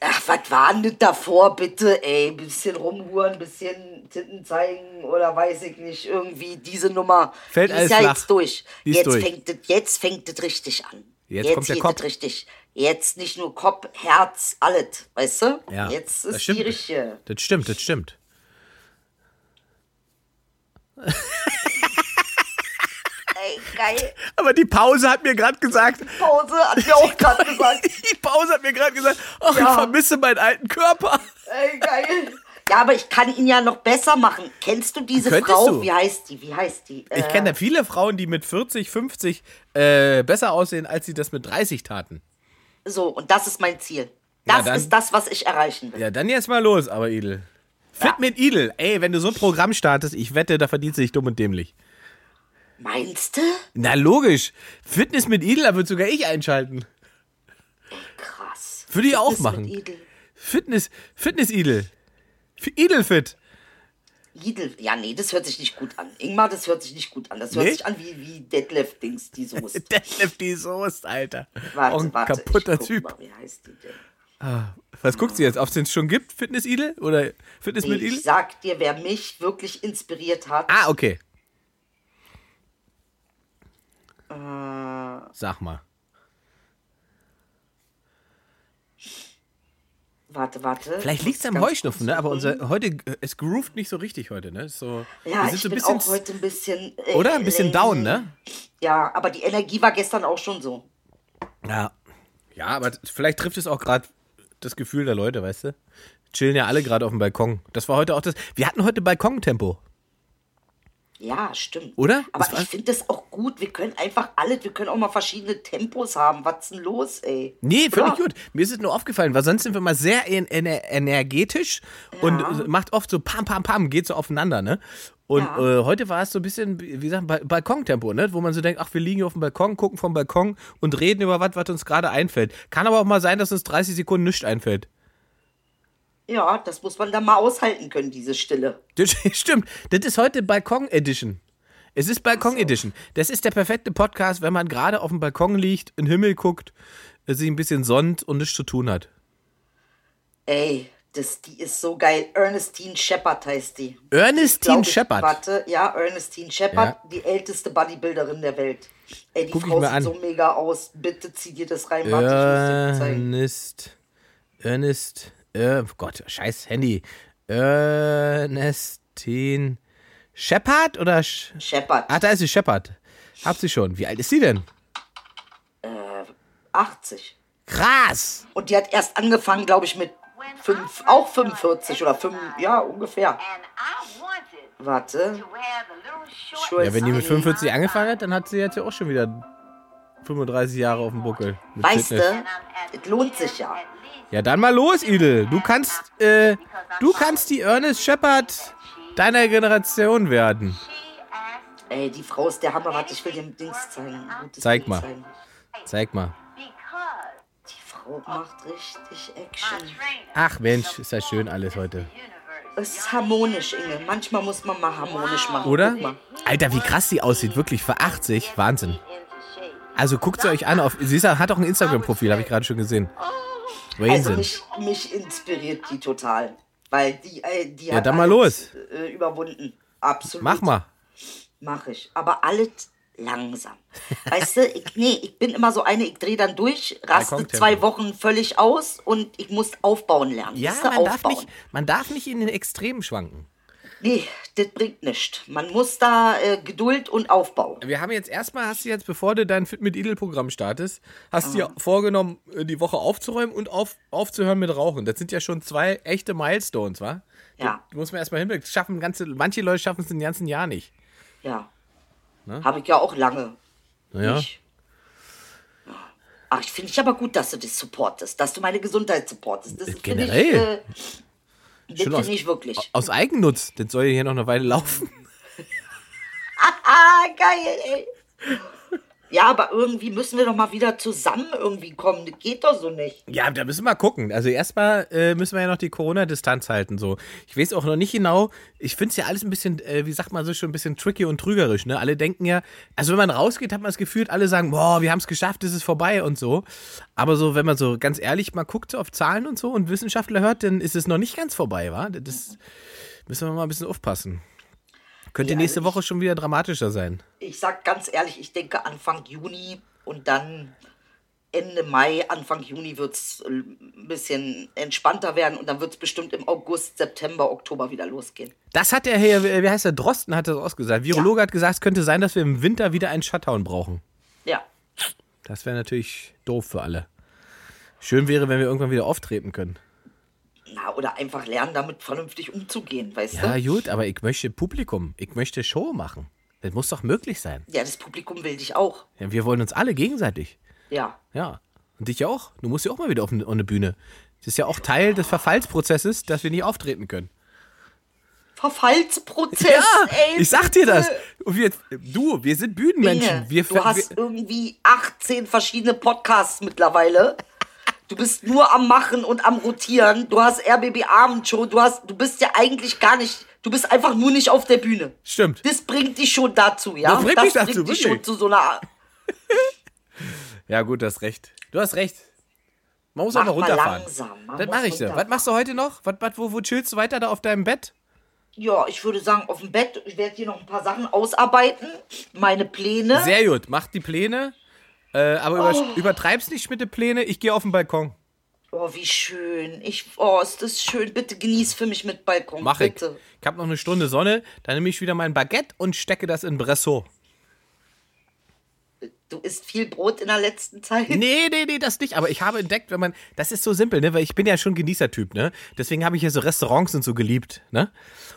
S6: Ach, was war denn das davor, bitte, ey? Bisschen rumhuren, bisschen Titten zeigen oder weiß ich nicht, irgendwie diese Nummer.
S5: Fällt
S6: die
S5: alles
S6: ist ja
S5: flach.
S6: jetzt durch.
S5: Die ist
S6: jetzt,
S5: durch.
S6: Fängt das, jetzt fängt das richtig an.
S5: Jetzt kommt der
S6: geht
S5: Kopf.
S6: das richtig. Jetzt nicht nur Kopf, Herz, alles, weißt du?
S5: ja.
S6: jetzt
S5: das
S6: ist
S5: stimmt.
S6: die richtige.
S5: Das stimmt, das stimmt.
S6: Ey, geil.
S5: Aber die Pause hat mir gerade gesagt,
S6: Pause, hat mir auch gerade gesagt.
S5: die Pause hat mir gerade gesagt, ach, ich
S6: Ja.
S5: vermisse meinen alten Körper.
S6: Ey, geil. Ja, aber ich kann ihn ja noch besser machen. Kennst du diese
S5: Könntest
S6: Frau?
S5: du.
S6: Wie heißt die? Wie heißt die?
S5: Ich
S6: Äh,
S5: kenne viele Frauen, die mit 40, 50 äh, besser aussehen, als sie das mit 30 taten.
S6: so, und das ist mein Ziel.
S5: Na
S6: Das
S5: dann.
S6: ist das, was ich erreichen will.
S5: Ja, dann jetzt mal los, aber Idel. Fit mit Idel. Ey, wenn du so ein Programm startest, ich wette, da verdienst du dich dumm und dämlich.
S6: Meinst du?
S5: Na logisch. Fitness mit Idel, da würde sogar ich einschalten.
S6: Krass.
S5: Würde ich auch
S6: Ist mit
S5: machen.
S6: Idel.
S5: Fitness, Fitness Idel. Für Idel fit.
S6: Idel. Ja, nee, das hört sich nicht gut an. Ingmar, das hört sich nicht gut an. Das hört
S5: Nee?
S6: sich an wie, wie Deadlift-Dings, die Soße.
S5: Deadlift die Soße, Alter.
S6: Warte,
S5: auch ein
S6: warte. ich
S5: kaputter
S6: guck
S5: Typ.
S6: Mal, wie heißt die denn?
S5: Was guckst du jetzt? Ob es den schon gibt? Fitness Idel? Oder Fitness mit
S6: Nee,
S5: Idel?
S6: ich sag dir, wer mich wirklich inspiriert hat.
S5: Ah, okay.
S6: Äh.
S5: Sag mal.
S6: Warte, warte.
S5: Vielleicht liegt es am
S6: Ganz
S5: Heuschnupfen, ne? Aber unser heute äh, es groovt nicht so richtig heute, ne? Ist So,
S6: Ja,
S5: wir sind
S6: ich
S5: so ein
S6: bin
S5: bisschen
S6: auch heute ein bisschen. äh,
S5: oder ein bisschen
S6: lame.
S5: down, ne?
S6: Ja, aber die Energie war gestern auch schon so.
S5: Ja. Ja, aber vielleicht trifft es auch gerade das Gefühl der Leute, weißt du? Chillen ja alle gerade auf dem Balkon. Das war heute auch das. Wir hatten heute Balkontempo.
S6: Ja, stimmt.
S5: Oder?
S6: Aber
S5: Das war-
S6: ich finde das auch gut. Wir können einfach alles, wir können auch mal verschiedene Tempos haben. Was ist denn los, ey?
S5: Nee, völlig
S6: Oder?
S5: gut. Mir ist es nur aufgefallen, weil sonst sind wir mal sehr en ener- energetisch und macht oft so pam, pam, pam, geht so aufeinander, ne? Und äh, heute war es so ein bisschen, wie sagen, ba Balkontempo, ne? Wo man so denkt, ach, wir liegen hier auf dem Balkon, gucken vom Balkon und reden über was, was uns gerade einfällt. Kann aber auch mal sein, dass uns 30 Sekunden nichts einfällt.
S6: Ja, das muss man dann mal aushalten können, diese Stille.
S5: Das stimmt. Das ist heute Balkon Edition. Es ist Balkon Edition. Das ist der perfekte Podcast, wenn man gerade auf dem Balkon liegt, in den Himmel guckt, sich ein bisschen sonnt und nichts zu tun hat.
S6: Ey, das, die ist so geil. Ernestine Shepard heißt die.
S5: Ernestine
S6: Glaub ich.
S5: Shepard.
S6: Warte, ja, Ernestine Shepard, die älteste Bodybuilderin der Welt. Ey, die
S5: Guck ich
S6: Frau
S5: mir
S6: sieht
S5: an.
S6: so mega aus. Bitte zieh dir das rein, warte, ich muss dir
S5: Ähm.
S6: zeigen.
S5: Ernest. Ernest. Äh, oh Gott, scheiß Handy. Ernestine Shepard oder. Sch
S6: Shepard,
S5: Ach, da ist sie, Shepard. Hab sie schon. Wie alt ist sie denn?
S6: 80.
S5: Krass!
S6: Und die hat erst angefangen, glaube ich, mit fünf, auch 45 oder 5, ja, ungefähr. Warte. Schuhe
S5: Ja, wenn die mit 45 angefangen hat, dann hat sie jetzt ja auch schon wieder 35 Jahre auf dem Buckel. mit
S6: Weißt
S5: Fitness.
S6: du, es lohnt sich ja.
S5: Ja, dann mal los, Idel. Du kannst, äh, du kannst die Ernest Shepard deiner Generation werden.
S6: Ey, die Frau ist der Hammer. Warte, ich will dir ein Dings zeigen. ein gutes
S5: Zeig
S6: Bild
S5: mal.
S6: Zeigen.
S5: Zeig mal.
S6: Die Frau macht richtig Action.
S5: Ach Mensch, ist das schön alles heute.
S6: Es ist harmonisch, Inge. Manchmal muss man mal harmonisch machen.
S5: Oder?
S6: Guck mal.
S5: Alter, wie krass sie aussieht. Wirklich für 80. Wahnsinn. Also guckt sie euch an. Auf, sie ist, hat auch ein Instagram-Profil, habe ich gerade schon gesehen.
S6: Also
S5: Wahnsinn.
S6: mich, mich inspiriert die total. Weil die, äh, die
S5: Ja, dann mal los.
S6: äh, überwunden. Absolut.
S5: Mach mal.
S6: Mach ich. Aber alles langsam. Weißt du, ich, nee, ich bin immer so eine, ich drehe dann durch, raste
S5: Balkontempo.
S6: zwei Wochen völlig aus und ich muss aufbauen lernen.
S5: Ja,
S6: Weißt du,
S5: man darf,
S6: aufbauen.
S5: nicht, man darf nicht in den Extremen schwanken.
S6: Nee, das bringt nichts. Man muss da äh, Geduld und Aufbau.
S5: Wir haben jetzt erstmal, hast du jetzt, bevor du dein Fit mit Idel-Programm startest, hast du
S6: Ah.
S5: dir vorgenommen, äh, die Woche aufzuräumen und auf, aufzuhören mit Rauchen. Das sind ja schon zwei echte Milestones, wa?
S6: Ja,
S5: Die muss man erstmal hinbekommen. Das Schaffen ganze, manche Leute schaffen es den ganzen Jahr nicht.
S6: ja.
S5: Ne?
S6: Habe ich ja auch lange
S5: Naja.
S6: nicht. Ach, ich finde ich aber gut, dass du das supportest, dass du meine Gesundheit supportest. Das finde ich,
S5: Generell.
S6: äh, das
S5: Schon aus-
S6: finde ich wirklich.
S5: Aus Eigennutz, das soll ja hier noch eine Weile laufen.
S6: Ah, geil, ey. Ja, aber irgendwie müssen wir doch mal wieder zusammen irgendwie kommen. Das geht doch so nicht.
S5: Ja, da müssen wir mal gucken. Also erstmal äh, müssen wir ja noch die Corona-Distanz halten. So. Ich weiß auch noch nicht genau, ich finde es ja alles ein bisschen, äh, wie sagt man so, schon ein bisschen tricky und trügerisch. Ne? Alle denken ja, also wenn man rausgeht, hat man das Gefühl, alle sagen, boah, wir haben es geschafft, es ist vorbei und so. Aber so, wenn man so ganz ehrlich mal guckt so auf Zahlen und so und Wissenschaftler hört, dann ist es noch nicht ganz vorbei, wa? Das müssen wir mal ein bisschen aufpassen. Könnte
S6: Ja,
S5: nächste
S6: also ich-
S5: Woche schon wieder dramatischer sein.
S6: Ich sag ganz ehrlich, ich denke Anfang Juni und dann Ende Mai, Anfang Juni wird es ein bisschen entspannter werden und dann wird es bestimmt im August, September, Oktober wieder losgehen.
S5: Das hat der hier, wie heißt der, Drosten hat das ausgesagt. Virologe hat gesagt, es könnte sein, dass wir im Winter wieder einen Shutdown brauchen.
S6: Ja.
S5: Das wäre natürlich doof für alle. Schön wäre, wenn wir irgendwann wieder auftreten können.
S6: Na, oder einfach lernen, damit vernünftig umzugehen, weißt
S5: Ja,
S6: du?
S5: gut, aber ich möchte Publikum. Ich möchte Show machen. Das muss doch möglich sein.
S6: Ja, das Publikum will dich auch.
S5: Ja, wir wollen uns alle gegenseitig.
S6: Ja.
S5: Ja. Und dich ja auch. Du musst ja auch mal wieder auf eine auf eine Bühne. Das ist ja auch Teil des Verfallsprozesses, dass wir nicht auftreten können.
S6: Verfallsprozess, ey.
S5: ich sag dir das. Und wir, du, wir sind Bühnenmenschen.
S6: Inge,
S5: Wir,
S6: du hast
S5: wir,
S6: irgendwie 18 verschiedene Podcasts mittlerweile. Du bist nur am Machen und am Rotieren. Du hast RBB Abendshow. Du hast, du bist ja eigentlich gar nicht. Du bist einfach nur nicht auf der Bühne.
S5: stimmt.
S6: Das bringt dich schon dazu, ja.
S5: Das bringt mich dazu,
S6: bringt dich
S5: wirklich.
S6: schon zu so einer.
S5: Ja, gut, du hast recht. Du hast recht. Man muss
S6: Mach
S5: einfach
S6: mal
S5: runterfahren.
S6: langsam, man
S5: das
S6: muss
S5: mache ich dir. Was
S6: runterfahren.
S5: machst du heute noch? Was, was, wo, wo chillst du weiter da auf deinem Bett?
S6: Ja, ich würde sagen, auf dem Bett. Ich werde hier noch ein paar Sachen ausarbeiten. Meine Pläne.
S5: Sehr gut, mach die Pläne. Äh, aber über, übertreib's nicht mit den Plänen. Ich gehe auf den Balkon.
S6: oh, wie schön. Ich, oh, ist das schön. Bitte genieß für mich mit Balkon.
S5: Mach ich.
S6: bitte.
S5: Ich habe noch eine Stunde Sonne. Dann nehme ich wieder mein Baguette und stecke das in Bresso.
S6: Du isst viel Brot in der letzten Zeit.
S5: Nee, nee, nee, das nicht. Aber ich habe entdeckt, wenn man. Das ist so simpel, ne? Weil ich bin ja schon Genießertyp, ne? Deswegen habe ich ja so Restaurants und so geliebt, ne?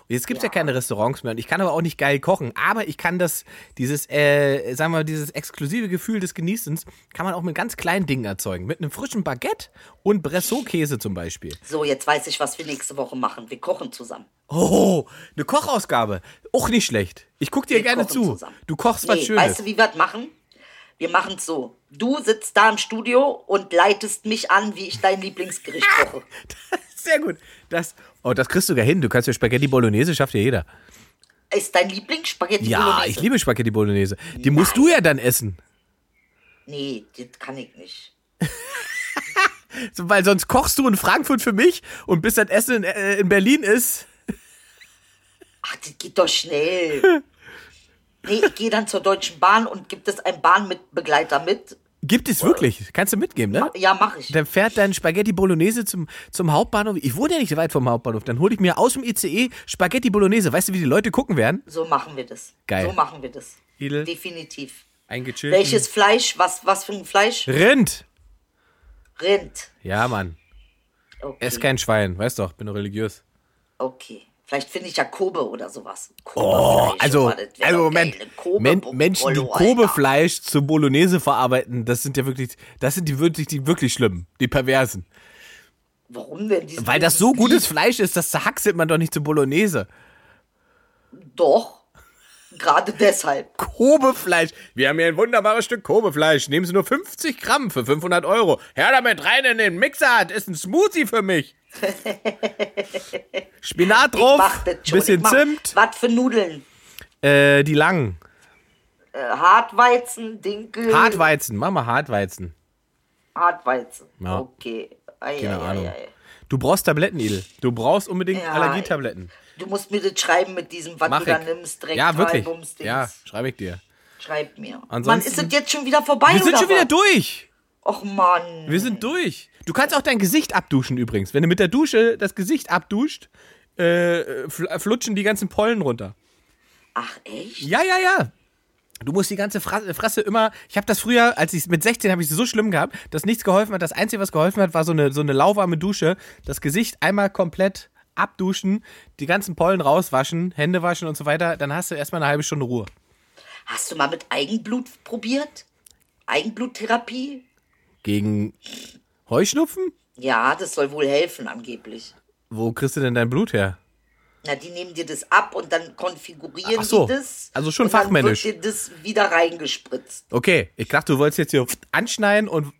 S5: Und jetzt gibt's ja. keine Restaurants mehr. Und ich kann aber auch nicht geil kochen. Aber ich kann das, dieses, äh, sagen wir mal, dieses exklusive Gefühl des Genießens, kann man auch mit ganz kleinen Dingen erzeugen. Mit einem frischen Baguette und Bresso-Käse zum Beispiel.
S6: So, jetzt weiß ich, was wir nächste Woche machen. Wir kochen zusammen.
S5: Oh, eine Kochausgabe. Auch nicht schlecht. Ich guck dir
S6: Wir
S5: gerne
S6: kochen
S5: zu.
S6: zusammen.
S5: Du kochst was
S6: nee,
S5: Schönes.
S6: Weißt du, wie wir das machen? Wir machen es so. Du sitzt da im Studio und leitest mich an, wie ich dein Lieblingsgericht
S5: Ah!
S6: koche.
S5: Sehr gut. Das, oh, das kriegst du ja hin. Du kannst ja Spaghetti Bolognese, schafft ja jeder.
S6: Ist dein Lieblingsspaghetti
S5: Ja,
S6: Bolognese?
S5: ich liebe Spaghetti Bolognese. Die musst du ja dann essen.
S6: Nee, das kann ich nicht.
S5: So, Weil sonst kochst du in Frankfurt für mich und bis das Essen in, äh, in Berlin ist.
S6: Ach, das geht doch schnell. Nee, ich gehe dann zur Deutschen Bahn und gibt es einen Bahnbegleiter mit.
S5: Gibt es wirklich. Kannst du mitgeben, ne?
S6: Ja, mache ich.
S5: Dann fährt dein Spaghetti Bolognese zum, zum Hauptbahnhof. Ich wohne ja nicht weit vom Hauptbahnhof. Dann hole ich mir aus dem ICE Spaghetti Bolognese. Weißt du, wie die Leute gucken werden?
S6: So machen wir das.
S5: Geil.
S6: So machen wir das.
S5: Edel.
S6: Definitiv.
S5: Eingechillt.
S6: Welches Fleisch? Was, was für ein Fleisch?
S5: Rind.
S6: Rind.
S5: Ja, Mann.
S6: Okay.
S5: Ess kein Schwein, weißt doch, bin doch religiös.
S6: Okay. Vielleicht finde ich ja Kobe oder sowas. Kobe
S5: Oh,
S6: vielleicht,
S5: also,
S6: aber das wär
S5: also
S6: doch
S5: Moment,
S6: geil, eine Kobe-
S5: Men Menschen, die
S6: Bolo, Alter.
S5: Kobefleisch zu Bolognese verarbeiten, das sind ja wirklich, das sind die wirklich, die wirklich schlimmen, die Perversen.
S6: Warum denn? Die sind
S5: Weil das
S6: die
S5: so
S6: lieb.
S5: gutes Fleisch ist, das zerhackselt man doch nicht zu Bolognese.
S6: Doch. Gerade deshalb.
S5: Kobefleisch. Wir haben hier ein wunderbares Stück Kobefleisch. Nehmen Sie nur 50 Gramm für 500 Euro. Herr damit rein in den Mixer. Das ist ein Smoothie für mich. Spinat
S6: Ich
S5: drauf,
S6: mach das schon. Ich
S5: bisschen
S6: mach-
S5: Zimt.
S6: Was für Nudeln?
S5: Äh, die langen.
S6: Äh, Hartweizen, Dinkel.
S5: Hartweizen, mach mal Hartweizen.
S6: Hartweizen.
S5: Ja.
S6: Okay. Ei,
S5: Keine
S6: ei,
S5: Ahnung.
S6: Ei, ei.
S5: Du brauchst Tabletten, Edel. Du brauchst unbedingt
S6: Ja,
S5: Allergietabletten.
S6: Du musst mir das schreiben mit diesem, was
S5: Mach
S6: du
S5: ich.
S6: da nimmst. Direkt
S5: ja, wirklich.
S6: Albumsdings.
S5: Ja, schreibe ich dir.
S6: Schreib mir.
S5: Ansonsten-
S6: Mann, ist das jetzt schon wieder vorbei?
S5: Wir sind
S6: oder
S5: schon wieder
S6: was?
S5: durch.
S6: Och Mann.
S5: Wir sind durch. Du kannst auch dein Gesicht abduschen übrigens. Wenn du mit der Dusche das Gesicht abduscht, äh, fl- flutschen die ganzen Pollen runter.
S6: Ach echt?
S5: Ja, ja, ja. Du musst die ganze Fra Fresse immer. Ich habe das früher, als ich mit 16 habe ich es so schlimm gehabt, dass nichts geholfen hat. Das Einzige, was geholfen hat, war so eine, so eine lauwarme Dusche. Das Gesicht einmal komplett abduschen, die ganzen Pollen rauswaschen, Hände waschen und so weiter. Dann hast du erstmal eine halbe Stunde Ruhe.
S6: Hast du mal mit Eigenblut probiert? Eigenbluttherapie?
S5: Gegen Heuschnupfen?
S6: Ja, das soll wohl helfen angeblich.
S5: Wo kriegst du denn dein Blut her?
S6: Na, die nehmen dir das ab und dann konfigurieren
S5: Ach so.
S6: die das.
S5: Also schon
S6: und dann
S5: fachmännisch.
S6: Wird dir das wieder reingespritzt.
S5: Okay, ich dachte, du wolltest jetzt hier anschneiden und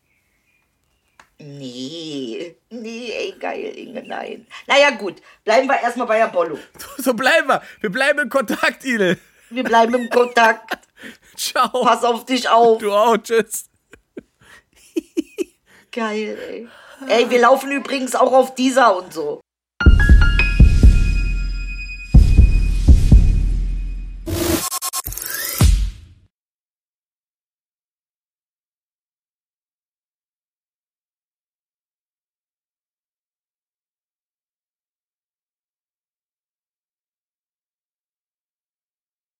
S6: Nee, nee, ey, geil, Inge, nein. Naja, gut, bleiben wir erstmal bei Apollo.
S5: so bleiben wir. Wir bleiben in Kontakt, Idel.
S6: Wir bleiben im Kontakt.
S5: Ciao.
S6: Pass auf dich auf.
S5: Du auch. Tschüss.
S6: Geil, ey. Ey, wir laufen übrigens auch auf dieser und so.